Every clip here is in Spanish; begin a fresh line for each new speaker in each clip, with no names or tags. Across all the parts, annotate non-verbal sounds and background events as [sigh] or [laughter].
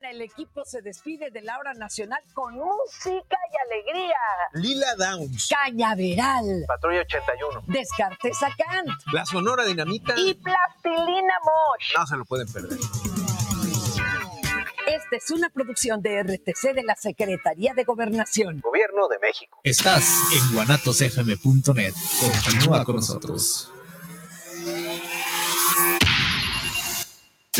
Guadalajara, el equipo se despide de la hora nacional con música y alegría.
Lila Downs,
Cañaveral,
Patrulla 81.
Descartes Sacant
La Sonora Dinamita,
y Plastilina Mosh.
no se lo pueden perder.
Esta es una producción de RTC de la Secretaría de Gobernación.
Gobierno de México.
Estás en guanatosfm.net. Continúa con nosotros.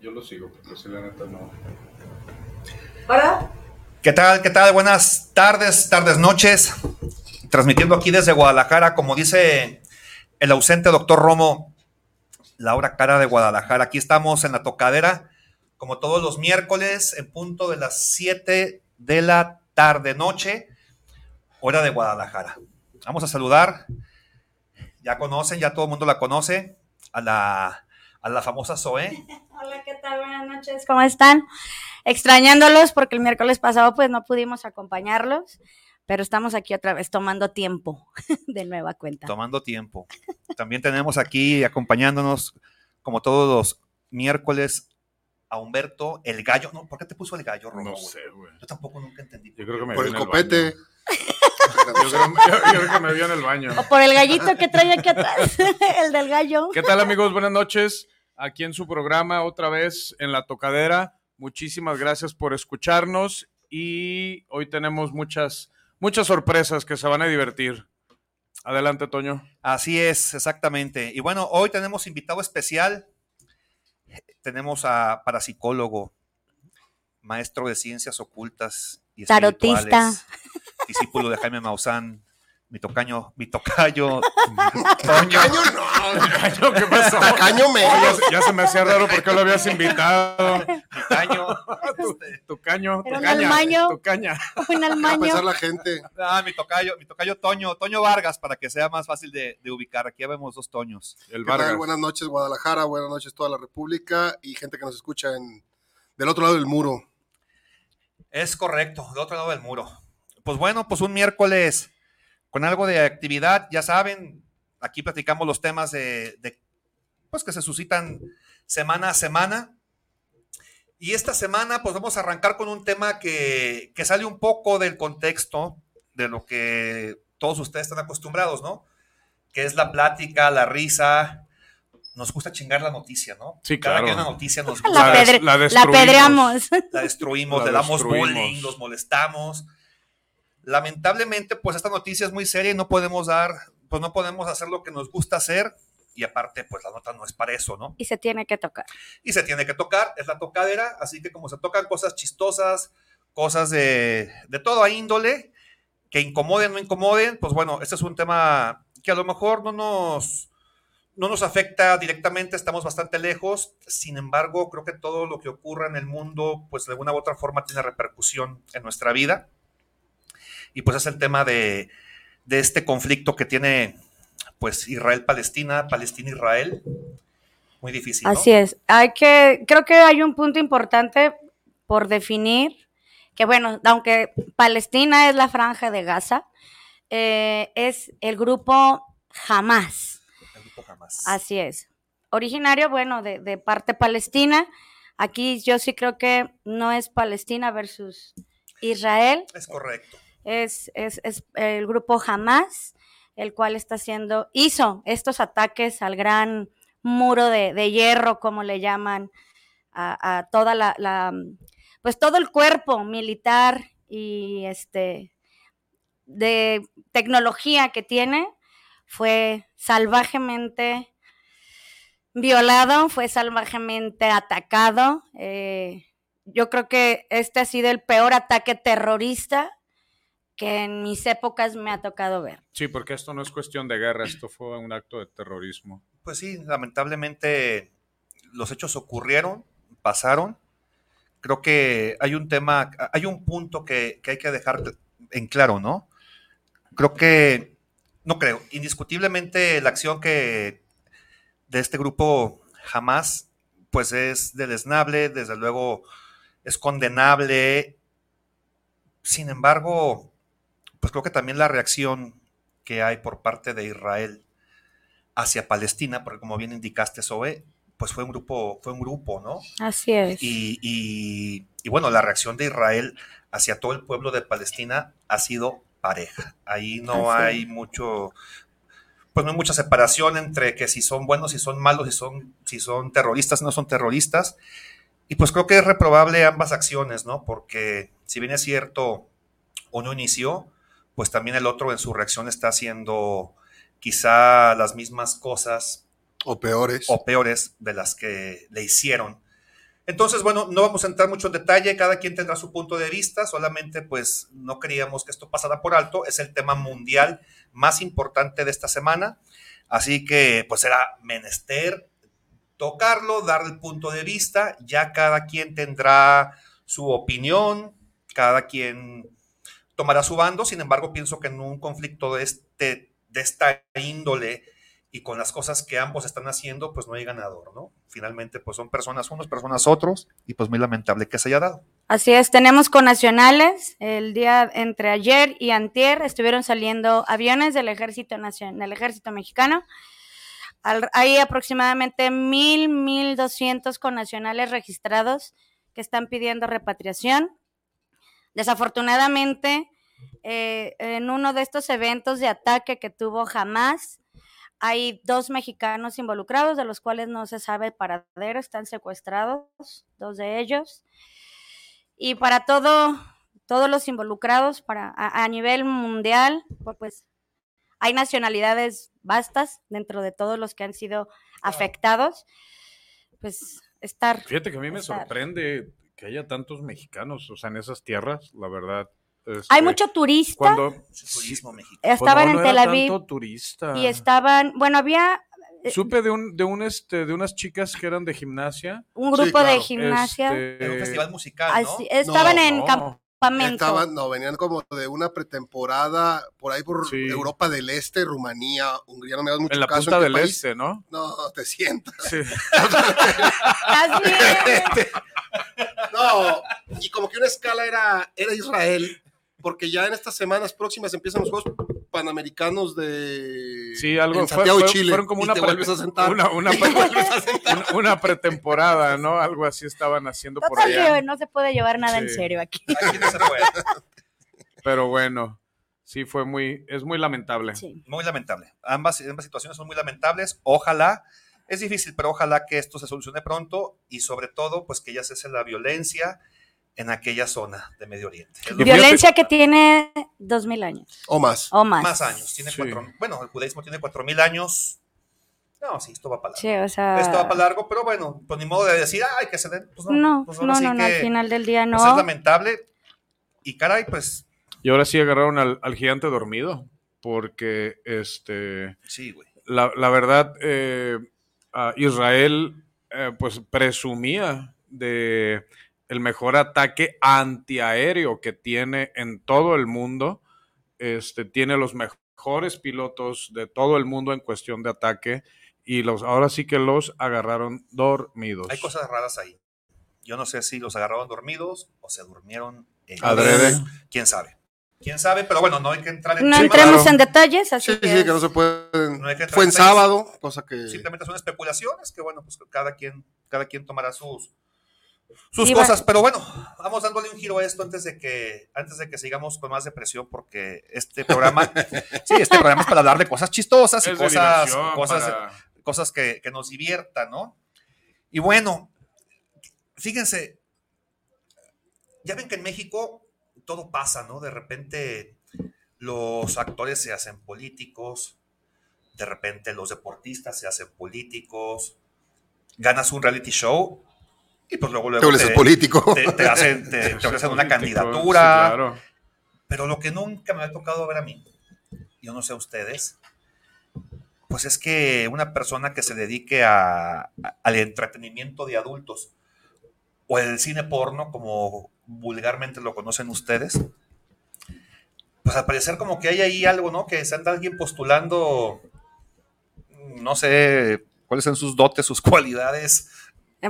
Yo lo sigo, porque si la neta no.
¿Qué tal? ¿Qué tal? Buenas tardes, tardes, noches. Transmitiendo aquí desde Guadalajara, como dice el ausente doctor Romo, Laura Cara de Guadalajara. Aquí estamos en la tocadera, como todos los miércoles, en punto de las 7 de la tarde, noche, hora de Guadalajara. Vamos a saludar, ya conocen, ya todo el mundo la conoce, a la, a la famosa Zoe.
Hola, ¿qué tal? Buenas noches, ¿cómo están? Extrañándolos porque el miércoles pasado pues no pudimos acompañarlos, pero estamos aquí otra vez tomando tiempo [laughs] de nueva cuenta.
Tomando tiempo. También tenemos aquí acompañándonos, como todos los miércoles, a Humberto el Gallo. No, ¿Por qué te puso el Gallo, Romo?
No
güey?
sé, güey.
Yo tampoco nunca entendí.
Yo creo que me
Por
vio
el
en
copete. [laughs]
baño. Yo creo, yo- yo creo que me vio en el baño.
O por el gallito que trae aquí atrás, [laughs] el del gallo.
¿Qué tal, amigos? Buenas noches. Aquí en su programa, otra vez en La Tocadera. Muchísimas gracias por escucharnos y hoy tenemos muchas, muchas sorpresas que se van a divertir. Adelante, Toño.
Así es, exactamente. Y bueno, hoy tenemos invitado especial. Tenemos a parapsicólogo, maestro de ciencias ocultas y espirituales,
Tarotista.
discípulo de Jaime Maussan, mi tocaño,
[laughs]
mi tocayo, Toño.
Tacaño no.
¿Qué pasó?
Tacaño menos.
Ya se me hacía raro porque lo habías invitado.
Este,
Tocaño.
Tu, tu caño, tu
Era un
caña,
almaño.
tu caña.
Un
Va a
almaño.
pensar la gente.
Ah, mi tocayo, mi tocayo Toño, Toño Vargas, para que sea más fácil de, de ubicar. Aquí ya vemos dos Toños.
El
¿Qué tal?
Vargas.
Buenas noches, Guadalajara. Buenas noches, toda la República y gente que nos escucha en, del otro lado del muro.
Es correcto, del otro lado del muro. Pues bueno, pues un miércoles con algo de actividad, ya saben, aquí platicamos los temas de, de, pues que se suscitan semana a semana. Y esta semana pues vamos a arrancar con un tema que, que sale un poco del contexto de lo que todos ustedes están acostumbrados, ¿no? Que es la plática, la risa. Nos gusta chingar la noticia, ¿no?
Sí,
Cada
claro.
que una noticia nos gusta
La,
La des-
pedre-
la
la
destruimos.
pedreamos.
la destruimos,
La
le damos
destruimos.
bullying, los molestamos. Lamentablemente, pues esta noticia es muy seria y no podemos dar, pues no podemos hacer lo que nos gusta hacer. Y aparte, pues la nota no es para eso, ¿no?
[laughs] Y se tiene que tocar.
Y se tiene que tocar, es la tocadera, así que como se tocan cosas chistosas, cosas de, de toda índole, que incomoden, no incomoden, pues bueno, este es un tema que a lo mejor no nos, no nos afecta directamente, estamos bastante lejos, sin embargo, creo que todo lo que ocurra en el mundo, pues de alguna u otra forma tiene repercusión en nuestra vida. Y pues es el tema de, de este conflicto que tiene pues Israel-Palestina, Palestina-Israel. Muy difícil. ¿no?
Así es. Hay que, creo que hay un punto importante por definir, que bueno, aunque Palestina es la franja de Gaza, eh, es el grupo Jamás.
El grupo jamás.
Así es. Originario, bueno, de, de parte palestina. Aquí yo sí creo que no es Palestina versus Israel,
Es correcto.
es, es- es el grupo Hamas, el cual está haciendo, hizo estos ataques al gran muro de, de hierro, como le llaman, a, a toda la, la, pues todo el cuerpo militar y este de tecnología que tiene fue salvajemente violado, fue salvajemente atacado. eh, yo creo que este ha sido el peor ataque terrorista que en mis épocas me ha tocado ver.
Sí, porque esto no es cuestión de guerra, esto fue un acto de terrorismo.
Pues sí, lamentablemente los hechos ocurrieron, pasaron. Creo que hay un tema, hay un punto que, que hay que dejar en claro, ¿no? Creo que, no creo, indiscutiblemente la acción que de este grupo jamás, pues es deleznable, desde luego es condenable. Sin embargo, pues creo que también la reacción que hay por parte de Israel hacia Palestina, porque como bien indicaste, Zoe, pues fue un grupo, fue un grupo, ¿no?
Así es.
Y, y- y bueno, la reacción de Israel hacia todo el pueblo de Palestina ha sido pareja. Ahí no
Así
hay mucho, pues no hay mucha separación entre que si son buenos, si son malos, si son, si son terroristas, no son terroristas. Y pues creo que es reprobable ambas acciones, ¿no? Porque si bien es cierto, uno inició, pues también el otro en su reacción está haciendo quizá las mismas cosas
O peores.
o peores de las que le hicieron. Entonces, bueno, no vamos a entrar mucho en detalle, cada quien tendrá su punto de vista, solamente pues no queríamos que esto pasara por alto, es el tema mundial más importante de esta semana, así que pues será menester tocarlo, dar el punto de vista, ya cada quien tendrá su opinión, cada quien tomará su bando, sin embargo pienso que en un conflicto de, este, de esta índole, y con las cosas que ambos están haciendo, pues no hay ganador, ¿no? Finalmente, pues son personas unos, personas otros, y pues muy lamentable que se haya dado.
Así es, tenemos conacionales. El día entre ayer y antier estuvieron saliendo aviones del Ejército Nacional, del Ejército Mexicano. Al- hay aproximadamente mil, mil doscientos conacionales registrados que están pidiendo repatriación. Desafortunadamente, eh, en uno de estos eventos de ataque que tuvo jamás, hay dos mexicanos involucrados, de los cuales no se sabe el paradero, están secuestrados, dos de ellos y para todo, todos los involucrados para, a, a nivel mundial, pu- pues hay nacionalidades vastas dentro de todos los que han sido afectados, pues estar
Fíjate que a mí me
Estar.
sorprende que haya tantos mexicanos, o sea, en esas tierras, la verdad.
Hay
este,
mucho turista,
Cuando
Turismo mexicano.
pues,
estaban
no, no
en Tel
era
Aviv
tanto turista.
y estaban, bueno, había eh,
Supe de un, de un este, de unas chicas que eran de gimnasia.
un
Sí,
grupo de
claro.
gimnasia,
este,
En un festival musical, Ah, ¿no?
así- estaban en
no.
campamento.
Estaban, no, venían como de una pretemporada por ahí por
Sí.
Europa del Este, Rumanía, Hungría, no me das mucho
en la
caso.
punta
qué
del
país?
este, ¿no?
No, te sientas.
Sí.
[laughs] Así es.
No, y como que una escala era, era Israel, porque ya en estas semanas próximas empiezan los Juegos Panamericanos de
Sí, algo
en
fue-
Santiago,
fue-
Chile.
fueron como
y
una
te
pre-
vuelves a sentar.
una-
[laughs]
una
y te
pre-
vuelves a sentar.
Una, una pretemporada, ¿no? Algo así estaban haciendo por
Total
allá.
que no se puede llevar nada en
Sí.
serio aquí. [laughs]
Aquí no se puede.
Pero bueno, sí fue muy, es muy lamentable.
Sí.
Muy lamentable. Ambas, ambas situaciones son muy lamentables. Ojalá, es difícil, pero ojalá que esto se solucione pronto y sobre todo, pues que ya cese la violencia en aquella zona de Medio Oriente. Es lo
Y fíjate-
Violencia que tiene dos mil años
O más.
o más.
más años. Tiene
Sí.
cuatro, bueno, el judaísmo tiene cuatro mil años. No, sí, esto va para
Sí, o sea.
Esto va para largo, pero bueno, pues ni modo de decir, ay, que se den. Pues no,
Ah. No,
pues
no,
ahora sí
no, no, al
que,
final del día no.
pues es lamentable. Y caray, pues
Y ahora sí agarraron al, al gigante dormido, porque este,
sí, güey.
la, la verdad, eh, a Israel eh, pues presumía de el mejor ataque antiaéreo que tiene en todo el mundo. Este, tiene los mejores pilotos de todo el mundo en cuestión de ataque y los ahora sí que los agarraron dormidos.
Hay cosas raras ahí. Yo no sé si los agarraron dormidos o se durmieron. ellos.
Adrede.
Quién sabe. quién sabe, pero bueno, no hay que entrar en
No
temas,
entremos
claro.
en detalles, así
Sí, sí,
que,
que no se pueden.
No hay que entrar
Fue en
en detalles.
sábado, cosa que.
simplemente son especulaciones que bueno, pues cada quien, cada quien tomará sus sus
Y va-
cosas, pero bueno, vamos dándole un giro a esto antes de que antes de que sigamos con más depresión porque
[laughs]
este programa sí, este programa es para hablar de cosas chistosas y
Es de
cosas
diversión
cosas
para-
cosas que, que nos diviertan, ¿no? Y bueno, fíjense, ya ven que en México todo pasa, ¿no? De repente los actores se hacen políticos, de repente los deportistas se hacen políticos, ganas un reality show y pues luego,
Te
luego
vuelves
te,
político.
te- te hacen, te-
[laughs]
te ofrecen
político,
una candidatura,
sí, claro.
pero lo que nunca me ha tocado ver a mí, yo no sé a ustedes, pues es que una persona que se dedique a- a- al entretenimiento de adultos o el cine porno, como vulgarmente lo conocen ustedes, pues al parecer como que hay ahí algo, ¿no? Que se anda alguien postulando, no sé cuáles son sus dotes, sus cualidades.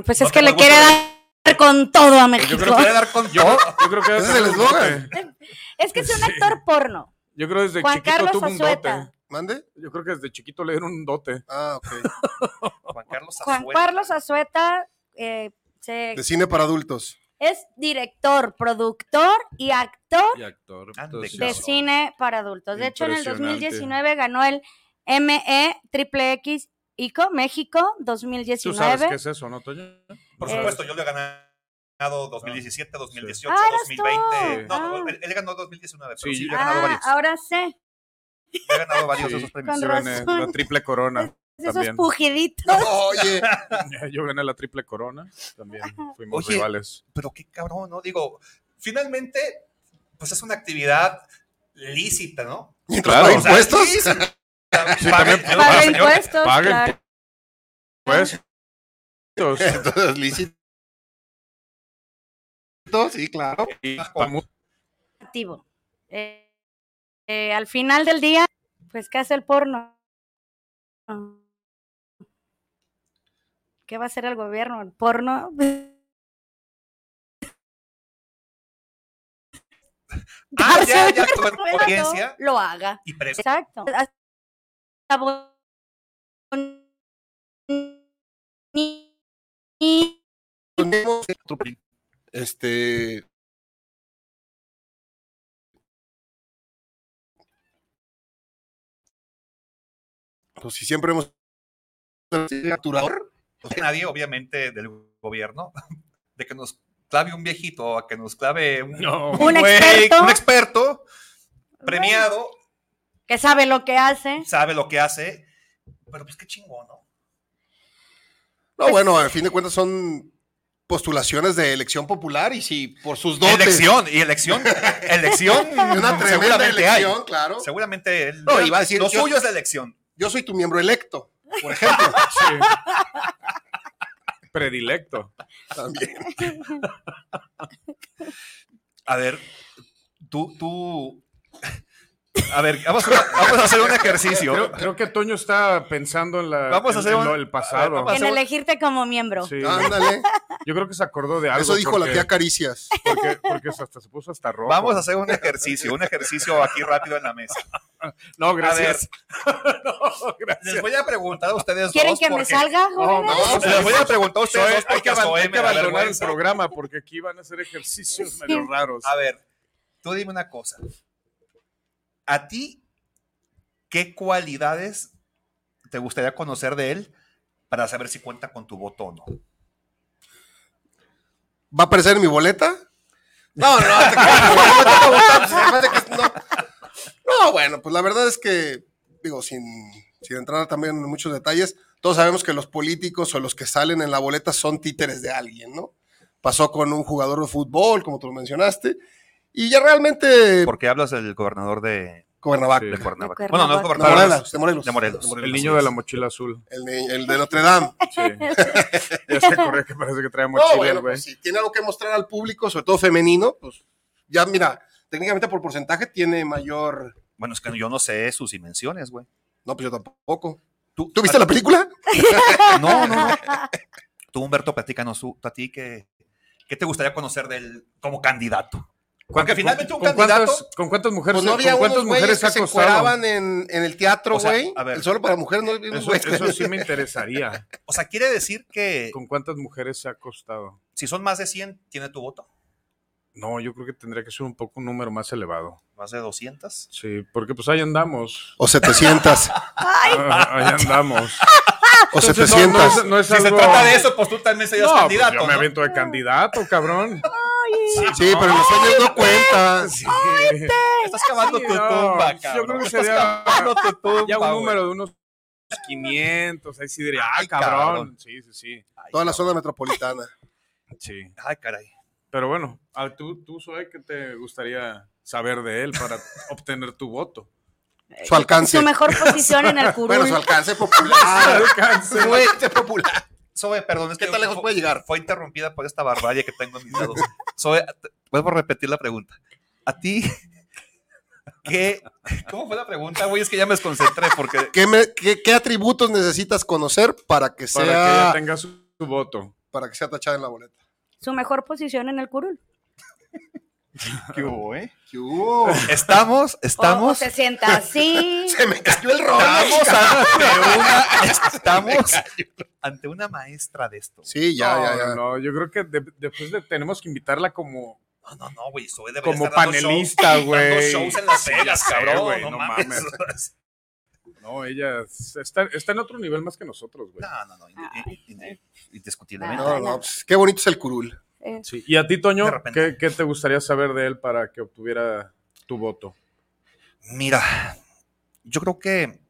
pues
No
es que
tengo
le
el
quiere
gusto
dar con todo a
creo
México.
que
Quiere dar con
Yo,
todo.
yo creo que
Ese es el eslogan.
Es que es un
Sí.
actor porno.
Yo creo que desde
Juan
chiquito
Carlos
tuvo un
Azueta.
dote.
[laughs] ¿Mande?
Yo creo que desde chiquito le dieron un dote.
Ah, ok.
Juan Carlos
Juan
Azueta.
Carlos Azueta eh, se-
De cine para adultos.
es director, productor y actor
Y actor. pues,
Ande,
entonces,
de
Sí.
cine para adultos. De hecho, en el
Impresionante.
2019 ganó el ME Triple X ICO México
Tú sabes qué
2019.
es eso, ¿no, Toño?
Por
Eh,
supuesto, yo lo he ganado 2017, 2018,
Ah, eras tú.
2020. No, no,
Ah.
él, él ganó 2019, pero
Sí,
sí, yo he ganado
Ah,
varios.
ahora sé.
Yo he ganado varios
Sí.
de esos premios.
Con
Yo gané
razón.
la triple
[laughs]
corona. [laughs]
Esos
También.
pujiditos.
Oye,
Yo gané la triple corona. También fuimos
Oye.
rivales.
Pero qué cabrón, ¿no? Digo, finalmente, pues es una actividad lícita, ¿no?
mientras
Claro.
paga
O sea,
impuestos.
[laughs] lícita.
también-
Paga-
Paga
Paga
señor,
impuestos,
paguen.
claro.
Pues.
Ah.
[laughs]
entonces,
Entonces, lícitos. Sí, claro.
y
Ah,
pa- mu-
activo. Eh, eh, al final del día, pues, ¿qué hace el porno? ¿Qué va a hacer el gobierno? ¿El porno?
[laughs]
[laughs]
Ah,
Darse
ya,
un
ya, con
buen
conciencia.
rato, Lo haga.
Y preso.
Exacto. Hasta
Oh,
bon- ni- ni-
Este. Pues si siempre hemos. capturador.
Nadie, obviamente, del gobierno, [laughs] de que nos clave un viejito o a que nos clave un,
No.
Un
güey,
experto.
un experto premiado,
Que sabe lo que hace.
sabe lo que hace, pero pues qué chingón, ¿no?
No, bueno, a fin de cuentas son postulaciones de elección popular y si por sus dotes.
Elección, y
[laughs]
elección, elección, [laughs]
Una tremenda
seguramente hay.
elección, claro.
Seguramente él-
No, iba a decir,
lo
yo-
suyo es la elección.
Yo soy tu miembro electo, por ejemplo.
[laughs] Sí. Predilecto.
también.
A ver, tú, tú. A ver, vamos, a- vamos a hacer un ejercicio.
Creo, creo que Toño está pensando en la
Vamos
en-
a hacer
en
un- Ah,
lo del
a ver,
pasado.
vamos
En elegirte como miembro.
Sí.
Ándale.
Yo creo que se acordó de algo.
Eso dijo la
porque-
tía Caricias.
Porque, porque hasta se puso hasta rojo.
Vamos a hacer un ejercicio, un ejercicio aquí rápido en la mesa.
No,
ver.
gracias. no,
Les
[laughs] gracias.
voy a preguntar a ustedes
¿Quieren
dos
que me
porque-
salga,
No,
jóvenes?
vamos
Les voy a preguntar a ustedes
Soy-
dos
Oh, hay que, aban-
porque
hay
Zoé
que
me da
abandonar el
vergüenza. Ah,
programa porque aquí van a hacer ejercicios
Sí.
medio raros.
A ver, tú dime una cosa. ¿A ti qué cualidades te gustaría conocer de él para saber si cuenta con tu voto o no?
¿Va a aparecer en mi boleta? No, no, te creas, güey, no, te va a gustar, pues, se me hace que no. No, bueno, pues la verdad es que, digo, sin, sin entrar también en muchos detalles, todos sabemos que los políticos o los que salen en la boleta son títeres de alguien, ¿no? Pasó con un jugador de fútbol, como tú lo mencionaste, y ya realmente...
Porque hablas del gobernador de,
Cuernavaca.
de
Sí.
Cuernavaca.
De
Bueno, no es
Cuernavaca.
De
gobernador.
Morelos, de Morelos.
de Morelos.
el niño de la mochila azul.
El, de- el de Notre Dame.
Sí. ya se corre que parece que trae mochila,
no,
güey.
bueno, pues, si tiene algo que mostrar al público, sobre todo femenino, pues ya mira, técnicamente por porcentaje tiene mayor...
Bueno, es que yo no sé sus dimensiones, güey.
No, pues yo tampoco.
¿Tú,
¿Tú viste la película?
[laughs] No, no, no. Tú, Humberto, platícanos tú, a ti qué, qué te gustaría conocer del como candidato. Porque finalmente un
¿Con
candidato.
Cuántas, ¿Con cuántas mujeres,
Pues no había
con
unos
cuántas
mujeres
mujeres se
que
ha
se
acostado?
encueraban en, en el teatro,
O sea,
güey.
a ver.
el solo para mujeres no había unos
Eso,
güeyes.
eso sí me
[laughs]
interesaría.
O sea, quiere decir que
¿Con cuántas mujeres se ha acostado?
si son más de 100, tiene tu voto.
No, yo creo que tendría que ser un poco un número más elevado.
Más de 200.
Sí, porque pues ahí andamos.
[laughs] O 700.
Ah, ahí
[laughs]
andamos.
o
Entonces,
700.
No, no es, no es
Si se
algo-
trata de eso, pues tú también serías
No, pues,
candidato.
yo me
¿no?
avento de candidato, cabrón.
sí, pero los años no cuentan.
Sí.
Estás cavando
Sí,
tu
no, pues,
tumba,
yo
cabrón.
creo que
Estás
sería
cavando tu tumba,
Ya un
güey.
número de unos 500, ahí sí diría, ah,
Ay,
cabrón.
cabrón.
Sí, sí, sí.
Toda la zona metropolitana.
Sí.
Ay, caray.
Pero bueno, a tú, tú Zoe, ¿qué te gustaría saber de él para obtener tu voto?
Su alcance.
Su
[laughs]
mejor posición en el curul.
Bueno, su alcance
Ah,
popular. su alcance popular.
Sobe, perdón, es
¿Qué
que
tan lejos
fue-
puede llegar?
Fue interrumpida por esta barbarie que tengo en mis [laughs] dedos. Sobe, te- vuelvo a repetir la pregunta. ¿A ti [laughs] qué? ¿Cómo fue la pregunta, güey? Es que ya me desconcentré porque
¿Qué, me- qué- qué atributos necesitas conocer para que sea
Para que ella tenga su, su voto.
para que sea tachada en la boleta?
Su mejor posición en el curul.
¿Qué hubo, eh?
¿Qué hubo?
Estamos,
O- O,
estamos,
se
[laughs]
sienta así.
[laughs] Se me cayó el rollo.
estamos ante una, estamos ante una maestra de esto.
Sí, ya,
no,
ya, ya.
no, no, yo creo que de- después le tenemos que invitarla como,
No, no, no, güey, Zoe debería
como
estar dando
panelista,
shows- dando
güey.
shows en Las
Sí, ya
Vegas,
sé,
cabrón,
güey,
no,
no
mames. [laughs]
No, ella es- está, está en otro nivel más que nosotros,
pues,
güey.
No, no, no, inde-
ah,
eh, inde- indiscutiblemente.
No, no, pues, qué bonito es el curul.
Eh,
Sí. ¿Y a ti, Toño,
De repente.
¿qué, qué te gustaría saber de él para que obtuviera tu voto?
Mira, yo creo que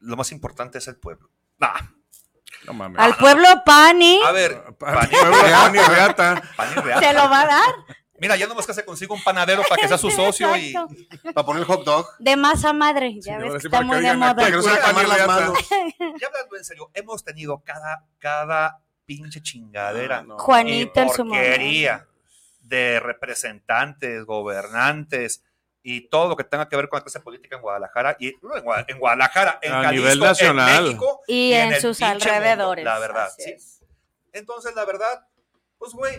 lo más importante es el pueblo. Nah,
No mames.
al pueblo Pani
a ver,
Para [laughs]
pan
el pueblo de Juan y Beata.
pan y
se
real.
lo va
[laughs]
a dar.
Mira, ya nomás que se consiga un panadero para que sea
[laughs]
su socio y
Exacto.
Para poner el hot dog.
De masa madre.
Sí,
Ya ves
ahora
que
sí,
está
para que
muy de
digan, "Ah,
moda.
Que no se van a
Juan y
quemar las
Beata.
manos.
ya hablando en serio, hemos tenido cada cada pinche chingadera
Ah, no.
y
Juanito en su
porquería de representantes, gobernantes y todo lo que tenga que ver con la clase política en Guadalajara y no, en, Gua- en Guadalajara, en
A
Jalisco,
nivel nacional.
en México
Y en,
el
sus
pinche mundo,
alrededores.
la verdad,
así
sí.
es. [laughs]
Entonces, la verdad, pues, güey,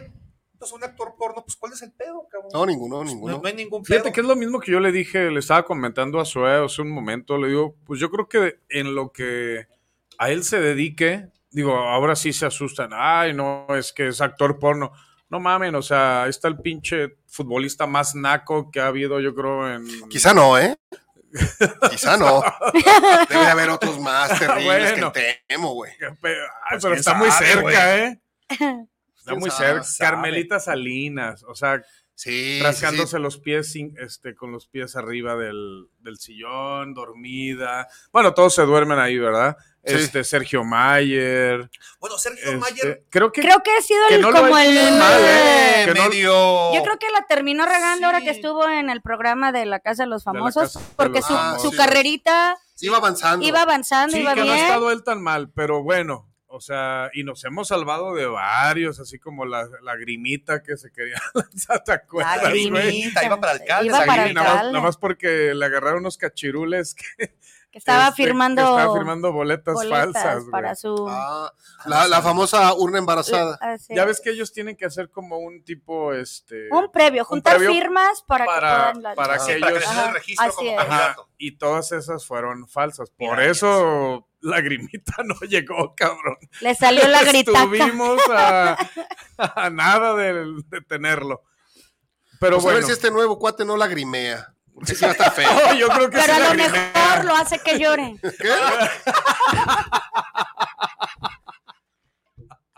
pues un actor porno, pues, ¿cuál es el pedo, cabrón?
No, ninguno,
Pues,
ninguno.
no, no hay ningún pedo.
Fíjate que es lo mismo que yo le dije, le estaba comentando a Zoe hace un momento, le digo, pues yo creo que en lo que a él se dedique, digo, ahora sí se asustan, ay, no, es que es actor porno. No mamen, o sea, ahí está el pinche futbolista más naco que ha habido, yo creo, en...
Quizá no, ¿eh? Quizá no. Debe de haber otros más terribles
Bueno.
que el temo, güey.
Ay, pero
quién
está muy
sabe,
cerca,
güey.
¿eh? Está muy
sabe,
cerca.
sabe.
Carmelita Salinas, o sea,
Sí, sí,
rascándose
sí.
los pies sin- este, con los pies arriba del, del sillón, dormida. Bueno, todos se duermen ahí, ¿verdad?
Sí.
Este, Sergio Mayer.
Bueno, Sergio
este,
Mayer
creo que,
Creo que ha sido
que
el-
no lo
como
ha hecho
el.
mal, ¿eh? que no-
medio...
Yo creo que la terminó regando ahora que
Sí.
estuvo en el programa de la Casa de los
De la
Famosos,
Casa de
porque
los
su,
Famosos.
su carrerita
Iba avanzando.
iba avanzando,
sí,
iba
que no ha
bien.
estado él tan mal, pero bueno. O sea, y nos hemos salvado de varios, así como la lagrimita que se quería [laughs] lanzar, ¿te acuerdas,
La
güey?
grimita, iba para alcalde.
Iba
la
para
Sí,
grimita.
nada, más,
alcalde.
nada más porque le agarraron unos cachirules que
que estaba
este, que
firmando,
estaba firmando boletas,
boletas
falsas. güey.
para su. ah,
Ah, la, la famosa urna embarazada.
así
Ya
es.
ves que ellos tienen que hacer como un tipo, este...
un previo, juntar
previo
firmas para,
para-
que puedan la-
para
Sí,
que
para que
ellos-
le den el
Ajá,
registro
así
como
es.
Ajá,
candidato.
y todas esas fueron falsas. Por
Mira,
eso Lagrimita [laughs] no llegó, cabrón.
le
[laughs]
salió la gritaca.
Estuvimos
[laughs]
a, a nada de, de tenerlo. Pero
Pues a
bueno,
ver si
[laughs]
este nuevo cuate no lagrimea. Porque sí va a estar feo.
Oh, yo creo que sí
Pero a lo
lagrimea.
mejor lo hace que
[laughs]
llore.
¿Qué?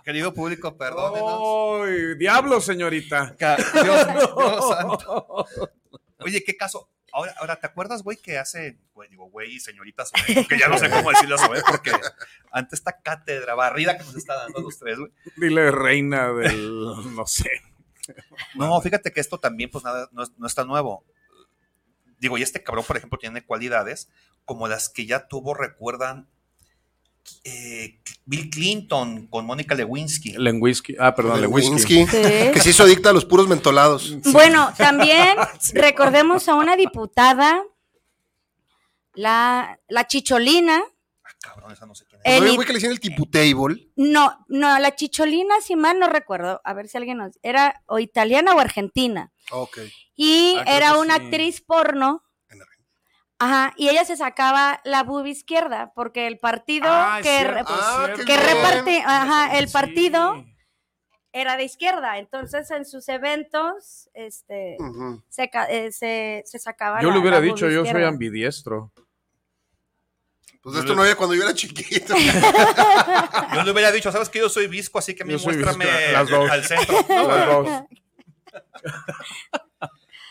Querido público, perdónenos.
Ay, diablo, señorita.
[laughs]
Ca- Dios,
[laughs]
Dios santo. Oye, ¿qué caso? Ahora, ahora, ¿te acuerdas, güey, que hace, güey, digo, güey, señorita Zoe, que ya no sé cómo decirle a Zoe, porque ante esta cátedra barrida que nos está dando los tres, güey.
Dile reina del, no sé.
No, fíjate que esto también, pues nada, no, es- no está nuevo. Digo, y este cabrón, por ejemplo, tiene cualidades como las que ya tuvo, recuerdan, eh, Bill Clinton con Mónica Lewinsky.
Lenguisky. Ah, perdón, Lewinsky.
Lewinsky. Que se hizo adicta a los puros mentolados.
Bueno,
[laughs]
también
Ah,
recordemos a una diputada, la, la Chicholina,
Cabrón, esa no sé quién es.
Eh,
¿No había
Eli-
un Pues, güey que le decían el tiputable?
No, no, la chicholina, si mal no recuerdo, a ver si alguien nos. Era o italiana o argentina.
Ok.
Y
Ah, creo
era
que
una
sí.
actriz porno.
En Argentina.
Ajá, y ella se sacaba la boob izquierda porque el partido
Ah, es
que,
cierto,
re-
ah,
es
que
que
cierto.
reparte, ajá, el
Sí.
partido era de izquierda, entonces en sus eventos este,
Ujú.
se, ca- eh, se, se sacaba
Yo
la-
le hubiera
la boob
dicho, yo soy
izquierda. [laughs]
ambidiestro.
Pues esto no había cuando yo era chiquito.
Yo le hubiera dicho, sabes que yo soy visco, así que a mí
Yo soy
muéstrame
visco, las dos.
al centro.
Las dos.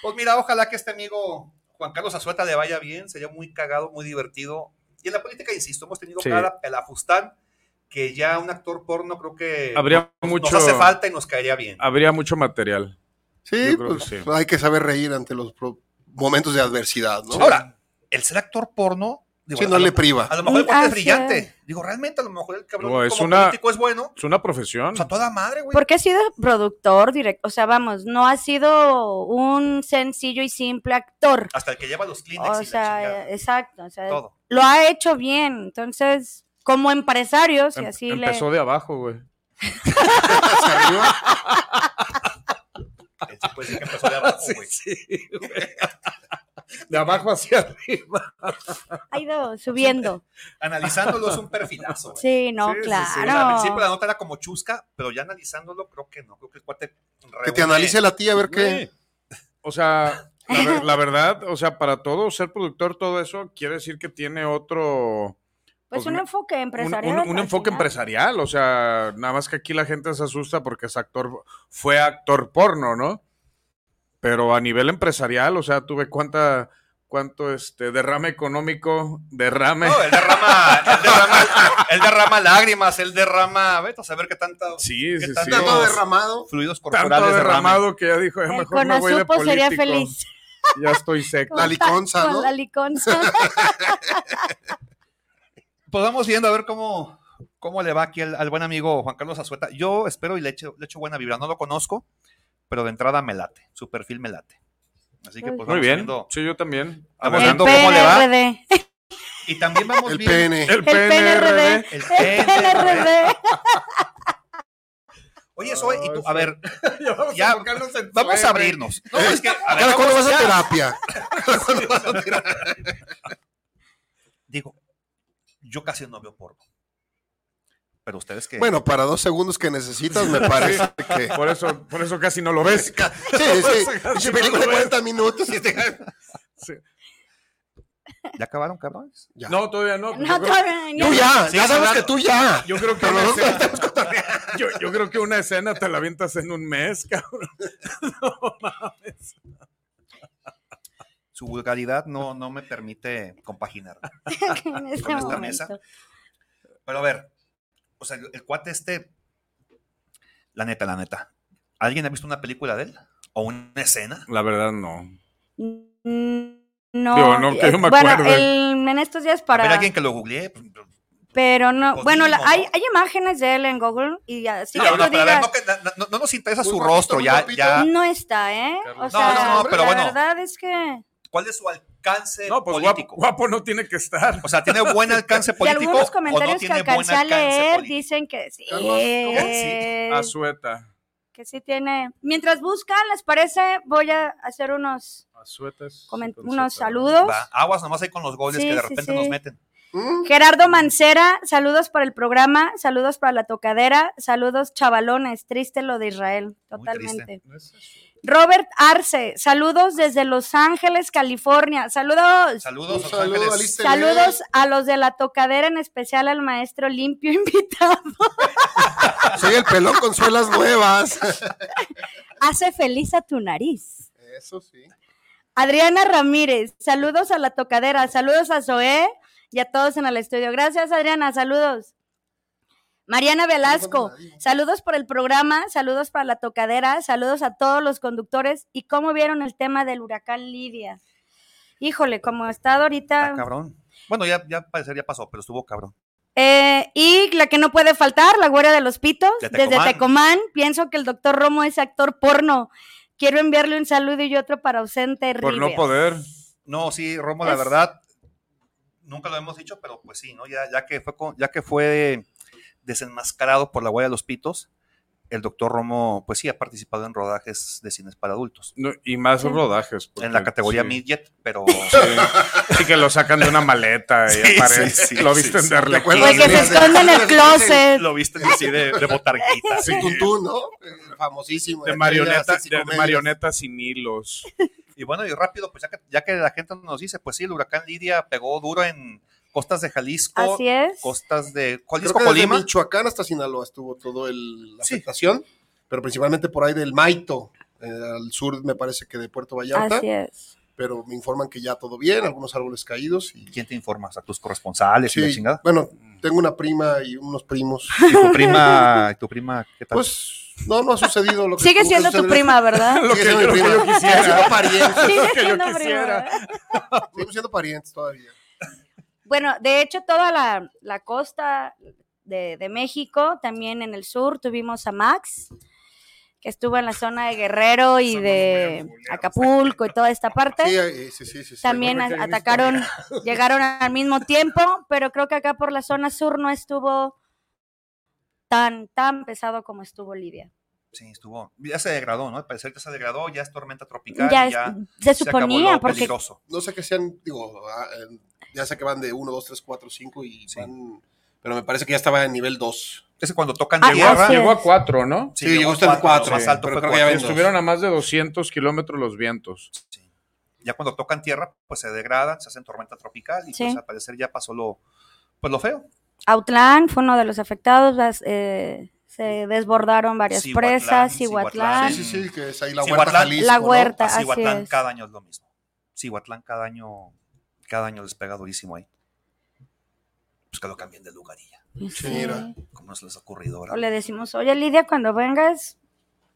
Pues mira, ojalá que este amigo Juan Carlos Azueta le vaya bien, sería muy cagado, muy divertido. Y en la política, insisto, hemos tenido
Sí.
cada pelafustán que ya un actor porno creo que
Habría
nos,
mucho-
nos hace falta y nos caería bien.
Habría mucho material.
Sí,
Yo creo
pues
que sí.
hay que saber reír ante los pro- momentos de adversidad, ¿no?
Ahora, el ser actor porno, digo,
si
a,
no le
lo,
priva.
a lo mejor el
Ah,
cuate es
sí.
brillante. Digo, realmente a lo mejor el cabrón
No, es
como
una- Mm.
político es bueno.
Es una profesión.
O sea, toda madre, güey.
Porque ha sido productor, directo, o sea, vamos, no ha sido un sencillo y simple actor.
Hasta el que lleva los Kleenex
O
y la chingada.
sea, eh, exacto, o sea,
Todo.
lo ha hecho bien, entonces, como empresarios, y
Em-
así le...
empezó de abajo, güey.
Hacia arriba.
Él sí puede decir que empezó de abajo,
[laughs]
güey.
De abajo hacia arriba.
ha ido subiendo.
Analizándolo es un perfilazo, güey.
Sí, no,
Sí, sí, sí.
O sea, al
claro.
principio la nota era como chusca, pero ya analizándolo, creo que no. Creo que el cuate.
Que te analice la tía a ver
Güey,
qué.
O sea, la, ver-
[laughs]
la verdad, o sea, para todo ser productor, todo eso quiere decir que tiene otro.
pues
pues,
un
me-
enfoque
un,
empresarial.
un- un
al
enfoque
final.
empresarial, o sea, nada más que aquí la gente se asusta porque es actor, fue actor porno, ¿no? Pero a nivel empresarial, o sea, tuve cuánta, cuánto este derrame económico, derrame.
No, él derrama, él derrama, él derrama lágrimas, él derrama. Vete a saber qué tanta.
sí, sí, sí.
tanto
Está todo
Dios.
derramado.
Fluidos corporales
Tanto
derramen.
derramado que ya dijo, "Eh,
El
mejor me voy de
Conasupo
político.
sería feliz.
Ya estoy seco.
La liconza,
Con
¿no?
la liconza.
Pues vamos viendo a ver cómo, cómo le va aquí al, al buen amigo Juan Carlos Azueta. Yo espero y le echo, le echo buena vibra. No lo conozco, pero de entrada me late. Su perfil me late. Así que pues
Muy
vamos
bien. Ah,
viendo.
Sí, yo también.
Vamos
el
viendo cómo le va.
PRD.
Y también vamos
El
viendo.
pene.
El
PNRD.
[laughs] PNRD.
El
El
PNRD.
PRD.
Oye, Zoe, y tú, a
Ay,
ver, ya, vamos a abrirnos. No, es que, a ver,
¿Cada cuándo vas
vamos
a
ya.
terapia?
Digo, yo casi no veo porno. Pero ustedes que.
Bueno, para dos segundos que necesitas, me parece
[laughs]
que.
Por eso, por eso casi no lo [laughs] ves.
Sí, sí. Pinche película de 40 minutos. y te-
¿Ya acabaron, cabrones?
Ya.
No, todavía no. Yo
No,
creo-
todavía no.
Tú ya.
Sí,
ya sabes
hablando.
que tú ya.
Yo creo que
Pero
una
nosotros
escena- yo, yo creo que una escena te la avientas en un mes, cabrón.
Su vulgaridad no, no me permite compaginar. Con
en este
esta
momento.
mesa. Pero a ver, o sea, el cuate este. La neta, la neta. ¿Alguien ha visto una película de él? ¿O una escena?
La verdad, no.
Mm, No, eh,
Digo, no, que yo me
bueno,
acuerde.
el- en estos días
A ver,
para,
alguien que lo googleé.
pero no,
Pues
bueno, la-
mínimo,
hay,
¿no?
hay imágenes de él en Google y así
No,
que
no,
tú
pero a ver,
digas,
no, que- no- no- no nos interesa
Muy
su
guapito,
rostro,
muy
ya,
guapito.
ya.
no está, ¿eh? O
Carlos.
sea,
No, no, no, pero
la
bueno.
verdad es que
¿Cuál es su alcance
No, pues guapo,
político?
guapo no tiene que estar.
Eh.
O sea, ¿tiene buen alcance
y
político?
algunos
o
comentarios
no
que
tiene
alcancé a
buen alcance
leer
político?
dicen que sí,
Carlos,
Azueta.
que sí tiene. Mientras buscan, les parece, voy a hacer unos
Azuetas.
comen- unos saludos.
Va, aguas nomás ahí con los goles
Sí,
que de
sí,
repente
sí.
nos meten.
Mm,
Gerardo Mancera, saludos para el programa, saludos para la tocadera, saludos chavalones, triste lo de Israel,
Muy
totalmente. Robert Arce, saludos desde Los Ángeles, California, saludos.
Saludos,
Un
Los
saludo,
Ángeles.
Alice.
Saludos a los de la tocadera, en especial al maestro limpio [laughs] invitado.
Soy el pelón con suelas nuevas.
[laughs]
Hace feliz a tu nariz.
Eso sí.
Adriana Ramírez, saludos a la tocadera, saludos a Zoé y a todos en el estudio. Gracias, Adriana, saludos. Mariana Velasco, saludos por el programa, saludos para la tocadera, saludos a todos los conductores. ¿Y cómo vieron el tema del huracán Lidia? Híjole, como ha
Ah,
estado ahorita.
cabrón. Bueno, ya, ya parecer ya pasó, pero estuvo cabrón.
Eh, y la que no puede faltar, la Guardia de los Pitos,
De
desde
Tecomán.
Tecomán. Pienso que el doctor Romo es actor porno. Quiero enviarle un saludo y otro para ausente
Por no
Rivers.
poder.
No, sí, Romo, la
Es-
verdad, nunca lo hemos dicho, pero pues sí, ¿no? Ya, ya que fue, con- ya que fue desenmascarado por la guaya de los pitos, el doctor Romo, pues sí, ha participado en rodajes de cines para adultos.
No, y más
Sí.
rodajes. porque
en la categoría
sí.
midget,
[laughs]
pero...
Sí. Sí que lo sacan de una maleta y
[laughs] Sí,
aparece.
sí, sí,
lo
sí,
visten
sí.
de arlequín.
acuerdas?
Güey, Pues, que se esconde en el closet.
lo viste así de, de botarguita.
[laughs]
Sí, Tuntún, ¿no? Eh, Famosísimo.
De
aquellas
marioneta,
así
de
comedias.
marioneta sin hilos.
Y bueno, y rápido, pues ya que, ya que la gente nos dice, pues sí, el huracán Lidia pegó duro en costas de Jalisco,
Así es.
costas de
Creo
Jalisco,
que desde
Colima.
Michoacán hasta Sinaloa estuvo todo el, la
Sí.
afectación, pero principalmente por ahí del Maito, eh, al sur me parece que de Puerto Vallarta,
Así es.
pero me informan que ya todo bien, algunos árboles caídos y
¿Quién te informas? ¿A tus corresponsales y la
Sí,
chingada?
Bueno, tengo una prima y unos primos.
¿Y
[laughs]
tu prima, tu prima qué tal?
Pues no, no ha sucedido lo que
Sigue
tuvo que
siendo tu
suceder. [laughs]
prima, ¿verdad?
Sigue siendo mi
yo- lo que
prima.
yo quisiera.
Sigo
[laughs]
pariente,
Sigue
que yo
siendo prima,
quisiera.
¿verdad?
sigo siendo parientes todavía.
Bueno, de hecho, toda la, la costa de, de México, también en el sur, tuvimos a Max, que estuvo en la zona de Guerrero y
Somos
de
muy ambuleados.
Acapulco y toda esta parte.
Sí, eh, sí, sí, sí, sí.
también a-
que hay una
atacaron, llegaron al mismo tiempo, pero creo que acá por la zona sur no estuvo tan, tan pesado como estuvo Lidia.
Sí, estuvo. Ya se degradó, ¿no? Al parecer ya se degradó, ya es tormenta tropical.
ya,
Ya,
es-
ya
se
se acabó
suponía,
lo
porque
peligroso.
No sé que sean, digo, ah, eh, ya sé que van de 1, 2, 3, 4, 5 y
Sí.
van, pero me parece que ya estaba en nivel 2.
Es que cuando tocan
Ah,
tierra.
así es.
Llegó a cuatro, ¿no?
Sí, llegó hasta el cuatro,
lo Más
sí,
alto
pero
fue
creo que ya
cuatro.
ven dos.
Estuvieron a más de 200 kilómetros los vientos.
Sí. Ya cuando tocan tierra, pues se degradan, se hacen tormenta tropical y
Sí.
pues al parecer ya pasó lo, pues lo feo.
Outland fue uno de los afectados, las, eh, se desbordaron varias
Cihuatlán,
presas,
Cihuatlán.
Cihuatlán,
Sí, sí, sí, que es ahí la
Sí,
huerta
Huatlán.
Jalisco,
Ah. La
¿no?
huerta. Ta-
A
así
Ah, Cihuatlán
es.
cada año es lo mismo. Cihuatlán cada año, cada año les pega durísimo ahí. Pues que lo cambien de lugar y ya.
sí.
Mira.
Como no se les ha ocurrido ahora.
O le decimos, oye Lidia, cuando vengas